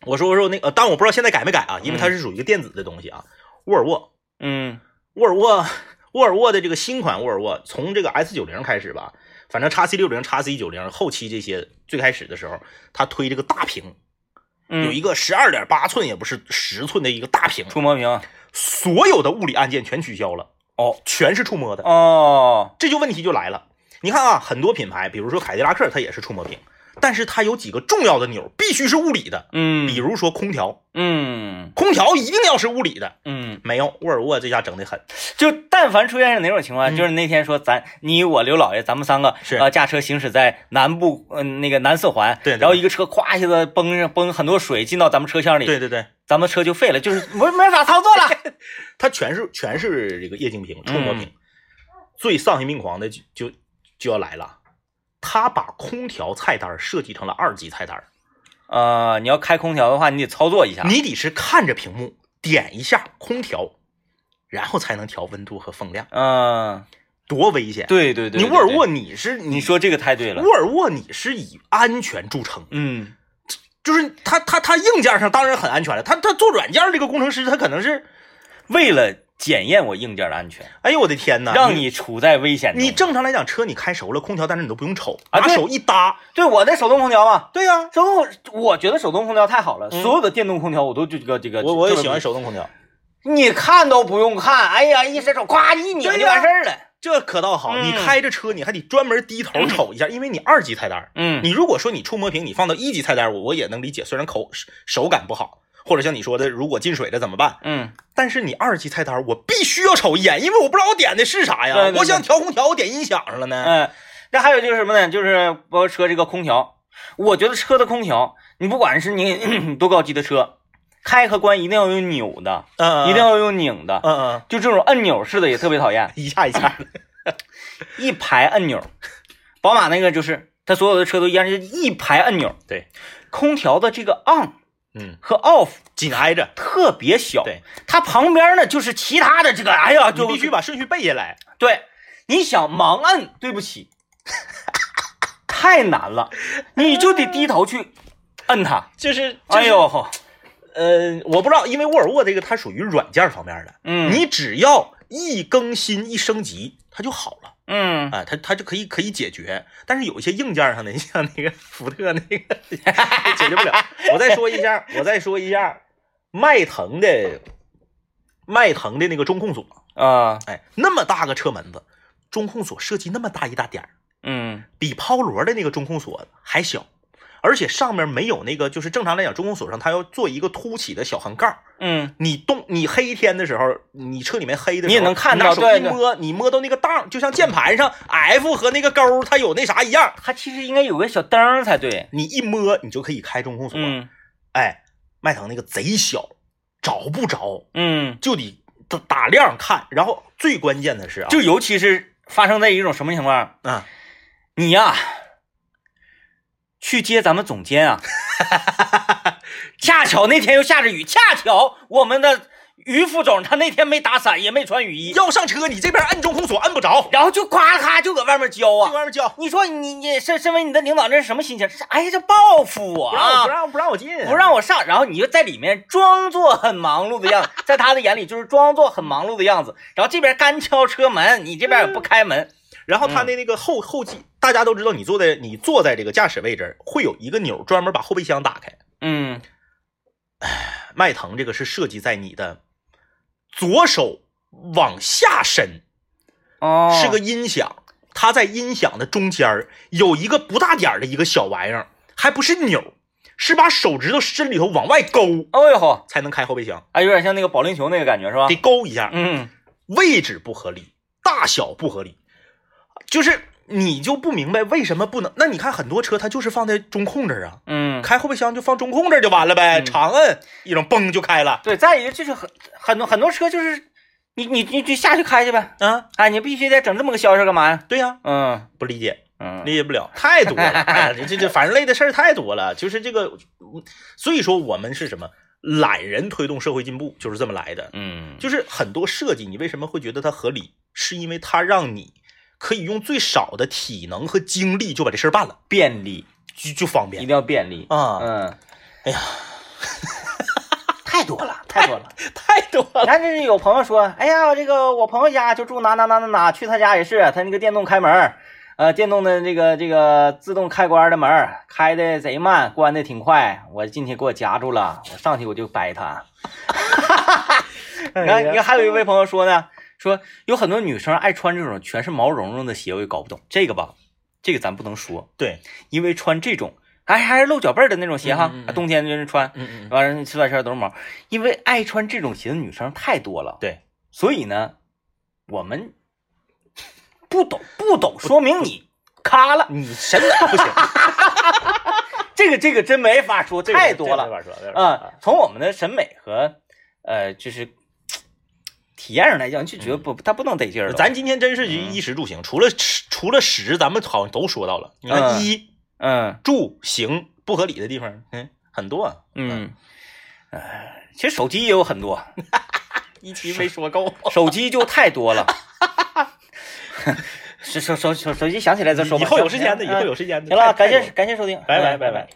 [SPEAKER 2] 我说我说那个，但我不知道现在改没改啊，因为它是属于一个电子的东西啊。沃尔沃，
[SPEAKER 1] 嗯
[SPEAKER 2] 沃尔沃，沃尔沃的这个新款沃尔沃，从这个 S 九零开始吧，反正 x C 六零、x C 九零后期这些最开始的时候，它推这个大屏，有
[SPEAKER 1] 嗯，
[SPEAKER 2] 一个十二点八寸也不是十寸的一个大屏，
[SPEAKER 1] 触摸屏
[SPEAKER 2] 所有的物理按键全取消了，
[SPEAKER 1] 哦，
[SPEAKER 2] 全是触摸的。
[SPEAKER 1] 哦，
[SPEAKER 2] 这就问题就来了。你看啊，很多品牌，比如说凯迪拉克，它也是触摸屏，但是它有几个重要的钮必须是物理的，
[SPEAKER 1] 嗯
[SPEAKER 2] 比如说空调，
[SPEAKER 1] 嗯
[SPEAKER 2] 空调一定要是物理的。
[SPEAKER 1] 嗯，
[SPEAKER 2] 没有，沃尔沃这家整的很，
[SPEAKER 1] 就但凡出现是哪种情况，
[SPEAKER 2] 嗯
[SPEAKER 1] 就是那天说咱你我刘老爷，咱们三个
[SPEAKER 2] 是
[SPEAKER 1] 呃驾车行驶在南部嗯、那个南四环，
[SPEAKER 2] 对对
[SPEAKER 1] 然后一个车咵一下子崩上崩很多水进到咱们车厢里，
[SPEAKER 2] 对对对，
[SPEAKER 1] 咱们车就废了，就是没没法操作 了。
[SPEAKER 2] 它全是全是这个液晶屏、触摸
[SPEAKER 1] 嗯
[SPEAKER 2] 屏。最丧心病狂的就就就要来了，它把空调菜单设计成了二级菜单，
[SPEAKER 1] 呃，你要开空调的话，你得操作一下。
[SPEAKER 2] 你得是看着屏幕点一下空调，然后才能调温度和风量，
[SPEAKER 1] 嗯、
[SPEAKER 2] 多危险！啊
[SPEAKER 1] 对对对，
[SPEAKER 2] 你
[SPEAKER 1] 对
[SPEAKER 2] 沃尔，沃
[SPEAKER 1] 对
[SPEAKER 2] 你是你
[SPEAKER 1] 你说这个太对了。
[SPEAKER 2] 沃尔沃你是以安全著称，
[SPEAKER 1] 嗯
[SPEAKER 2] 就是它它它硬件上当然很安全了，它它做软件这个工程师他可能是，
[SPEAKER 1] 为了检验我硬件的安全，
[SPEAKER 2] 哎呦我的天哪，
[SPEAKER 1] 让
[SPEAKER 2] 你
[SPEAKER 1] 你处在危险中。
[SPEAKER 2] 你正常来讲车你开熟了，空调但是你都不用瞅，
[SPEAKER 1] 啊
[SPEAKER 2] 拿
[SPEAKER 1] 对
[SPEAKER 2] 手一搭，
[SPEAKER 1] 对我的手动空调嘛，
[SPEAKER 2] 对呀、
[SPEAKER 1] 手动我觉得手动空调太好了，
[SPEAKER 2] 嗯
[SPEAKER 1] 所有的电动空调我都这个这个。
[SPEAKER 2] 我我也
[SPEAKER 1] 特别
[SPEAKER 2] 喜
[SPEAKER 1] 不
[SPEAKER 2] 欢手动空调，
[SPEAKER 1] 你看都不用看，哎呀，一伸手咵一拧
[SPEAKER 2] 对
[SPEAKER 1] 就
[SPEAKER 2] 呀
[SPEAKER 1] 完事儿了。
[SPEAKER 2] 这可倒好，
[SPEAKER 1] 嗯
[SPEAKER 2] 你开着车你还得专门低头瞅一下，因为你二级菜单，
[SPEAKER 1] 嗯
[SPEAKER 2] 你如果说你触摸屏你放到一级菜单，我我也能理解，虽然口手手感不好。或者像你说的，如果进水了怎么办？
[SPEAKER 1] 嗯，
[SPEAKER 2] 但是你二级菜单我必须要瞅一眼，因为我不知道我点的是啥呀。
[SPEAKER 1] 对对对
[SPEAKER 2] 我想调空调，我点音响上了呢。
[SPEAKER 1] 嗯，那还有就是什么呢？就是包括车这个空调，我觉得车的空调，你不管是你 多高级的车，开和关一定要用扭的，
[SPEAKER 2] 嗯，
[SPEAKER 1] 一定要用拧的，
[SPEAKER 2] 嗯嗯，
[SPEAKER 1] 就这种按钮式的也特别讨厌，
[SPEAKER 2] 一下一下的，
[SPEAKER 1] 一排按钮。宝马那个就是，它所有的车都一样，就是一排按钮。
[SPEAKER 2] 对，
[SPEAKER 1] 空调的这个 on
[SPEAKER 2] 嗯，
[SPEAKER 1] 和 off
[SPEAKER 2] 紧挨着，
[SPEAKER 1] 特别小，
[SPEAKER 2] 对，
[SPEAKER 1] 它旁边呢就是其他的这个，哎呀，
[SPEAKER 2] 你
[SPEAKER 1] 就
[SPEAKER 2] 必须把顺序背下来。
[SPEAKER 1] 对，你想盲摁，对不起，太难了，你就得低头去摁它。
[SPEAKER 2] 就是，
[SPEAKER 1] 哎
[SPEAKER 2] 哎呦，
[SPEAKER 1] 呦呵，
[SPEAKER 2] 呃，我不知道，因为沃尔沃这个它属于软件方面的，
[SPEAKER 1] 嗯，
[SPEAKER 2] 你只要一更新一升级，它就好了，
[SPEAKER 1] 嗯，
[SPEAKER 2] 啊，它它就可以可以解决。但是有一些硬件上的，像那个福特那个 解决不了。我再说一 下，我再说一下，迈腾的迈腾的那个中控锁，
[SPEAKER 1] 啊，
[SPEAKER 2] 哎，那么大个车门子，中控锁设计那么大一大点儿。
[SPEAKER 1] 嗯，
[SPEAKER 2] 比抛螺的那个中控锁还小，而且上面没有那个，就是正常来讲，中控锁上它要做一个凸起的小横杠儿。
[SPEAKER 1] 嗯，
[SPEAKER 2] 你动，你黑天的时候，你车里面黑的时候，
[SPEAKER 1] 你也能看到
[SPEAKER 2] 拿手
[SPEAKER 1] 对
[SPEAKER 2] 一摸，你摸到那个档儿，就像键盘上 F 和那个勾儿它有那啥一样，
[SPEAKER 1] 它其实应该有个小灯儿才对。
[SPEAKER 2] 你一摸你就可以开中控锁。
[SPEAKER 1] 嗯
[SPEAKER 2] 哎，迈腾那个贼小，找不着，
[SPEAKER 1] 嗯，
[SPEAKER 2] 就得打打亮看。然后最关键的是啊，
[SPEAKER 1] 就尤其是发生在一种什么情况？
[SPEAKER 2] 啊，
[SPEAKER 1] 你呀、去接咱们总 监啊，恰巧那天又下着雨，恰巧我们的于副总他那天没打伞，也没穿雨衣，
[SPEAKER 2] 要上车，你这边按中控锁按不着，
[SPEAKER 1] 然后就夸咔就搁外面教
[SPEAKER 2] 去
[SPEAKER 1] 啊。
[SPEAKER 2] 外面叫，
[SPEAKER 1] 你说你你身身为你的领导，这是什么心情？这哎呀，这报复我
[SPEAKER 2] 不让我
[SPEAKER 1] 啊
[SPEAKER 2] 不！让不让我进，
[SPEAKER 1] 不让我上，然后你就在里面装作很忙碌的样子， 在他的眼里就是装作很忙碌的样子。然后这边干敲车门，你这边也不开门，
[SPEAKER 2] 然后他
[SPEAKER 1] 嗯
[SPEAKER 2] 那那个后后机，大家都知道，你坐在你坐在这个驾驶位置儿，会有一个钮儿专门把后备箱打开。
[SPEAKER 1] 嗯，
[SPEAKER 2] 迈腾这个是设计在你的左手往下伸，
[SPEAKER 1] 哦
[SPEAKER 2] 是个音响，它在音响的中间儿有一个不大点儿的一个小玩意儿，还不是钮儿，是把手指头伸里头往外勾
[SPEAKER 1] 哦呦吼，
[SPEAKER 2] 才能开后备箱，
[SPEAKER 1] 啊，有点像那个保龄球那个感觉是吧
[SPEAKER 2] 得？勾一下。
[SPEAKER 1] 嗯，
[SPEAKER 2] 位置不合理，大小不合理，就是你就不明白为什么不能。那你看很多车它就是放在中控这儿啊，
[SPEAKER 1] 嗯，
[SPEAKER 2] 开后备箱就放中控这儿就完了呗，
[SPEAKER 1] 嗯
[SPEAKER 2] 长摁一扔嘣就开了
[SPEAKER 1] 对，再一个就是很很多很多车就是你你你就下去开去呗，
[SPEAKER 2] 啊。
[SPEAKER 1] 哎，你必须得整这么个消息干嘛呀？
[SPEAKER 2] 对呀、
[SPEAKER 1] 嗯
[SPEAKER 2] 不理解，
[SPEAKER 1] 嗯，
[SPEAKER 2] 理解不了，太多了。哎呀，这这这，反正类的事儿太多了，就是这个。所以说我们是什么懒人推动社会进步，就是这么来的。
[SPEAKER 1] 嗯，
[SPEAKER 2] 就是很多设计，你为什么会觉得它合理？是因为它让你可以用最少的体能和精力就把这事儿办了，
[SPEAKER 1] 便利，
[SPEAKER 2] 就就方
[SPEAKER 1] 一
[SPEAKER 2] 便
[SPEAKER 1] 定要便利。
[SPEAKER 2] 啊。
[SPEAKER 1] 嗯，
[SPEAKER 2] 哎呀，
[SPEAKER 1] 太多了，太多了。
[SPEAKER 2] 太多了。
[SPEAKER 1] 你看，这是有朋友说，哎呀，这个我朋友家就住哪哪哪哪哪，去他家也是，他那个电动开门儿，呃，电动的这个这个自动开关的门儿，开的贼慢，关的挺快，我进去给我夹住了，我上去我就掰他。
[SPEAKER 2] 哎
[SPEAKER 1] 你看，你看，还有一位朋友说呢，说有很多女生爱穿这种全是毛茸茸的鞋，我也搞不懂这个吧，这个咱不能说，
[SPEAKER 2] 对，
[SPEAKER 1] 因为穿这种，哎，还是露脚背儿的那种鞋哈，
[SPEAKER 2] 嗯嗯嗯
[SPEAKER 1] 啊冬天就是穿，
[SPEAKER 2] 嗯嗯，
[SPEAKER 1] 完了你吃饭圈都是毛，因为爱穿这种鞋的女生太多了。
[SPEAKER 2] 对，
[SPEAKER 1] 所以呢，我们不懂不懂，说明你卡了。
[SPEAKER 2] 你真的不行，
[SPEAKER 1] 这个这个真没法说，太多了
[SPEAKER 2] 没法说，没法说
[SPEAKER 1] 啊、从我们的审美和呃，就是体验上来讲，就觉得不，它不能得劲儿了。
[SPEAKER 2] 嗯咱今天真是
[SPEAKER 1] 嗯
[SPEAKER 2] 衣食住行，除了吃除了食，咱们好像都说到了。你看
[SPEAKER 1] 嗯
[SPEAKER 2] 衣
[SPEAKER 1] 嗯
[SPEAKER 2] 住行不合理的地方，嗯，很多啊。
[SPEAKER 1] 嗯，呃，其实手机也有很多，
[SPEAKER 2] 一期没 说够，
[SPEAKER 1] 手机就太多 了。 手手手手手机想起来再说吧。
[SPEAKER 2] 以后有时间的，以
[SPEAKER 1] 嗯
[SPEAKER 2] 后有时间的。
[SPEAKER 1] 行了，感
[SPEAKER 2] 太
[SPEAKER 1] 谢
[SPEAKER 2] 太多了
[SPEAKER 1] 感谢收听，
[SPEAKER 2] 拜拜
[SPEAKER 1] 嗯
[SPEAKER 2] 拜拜。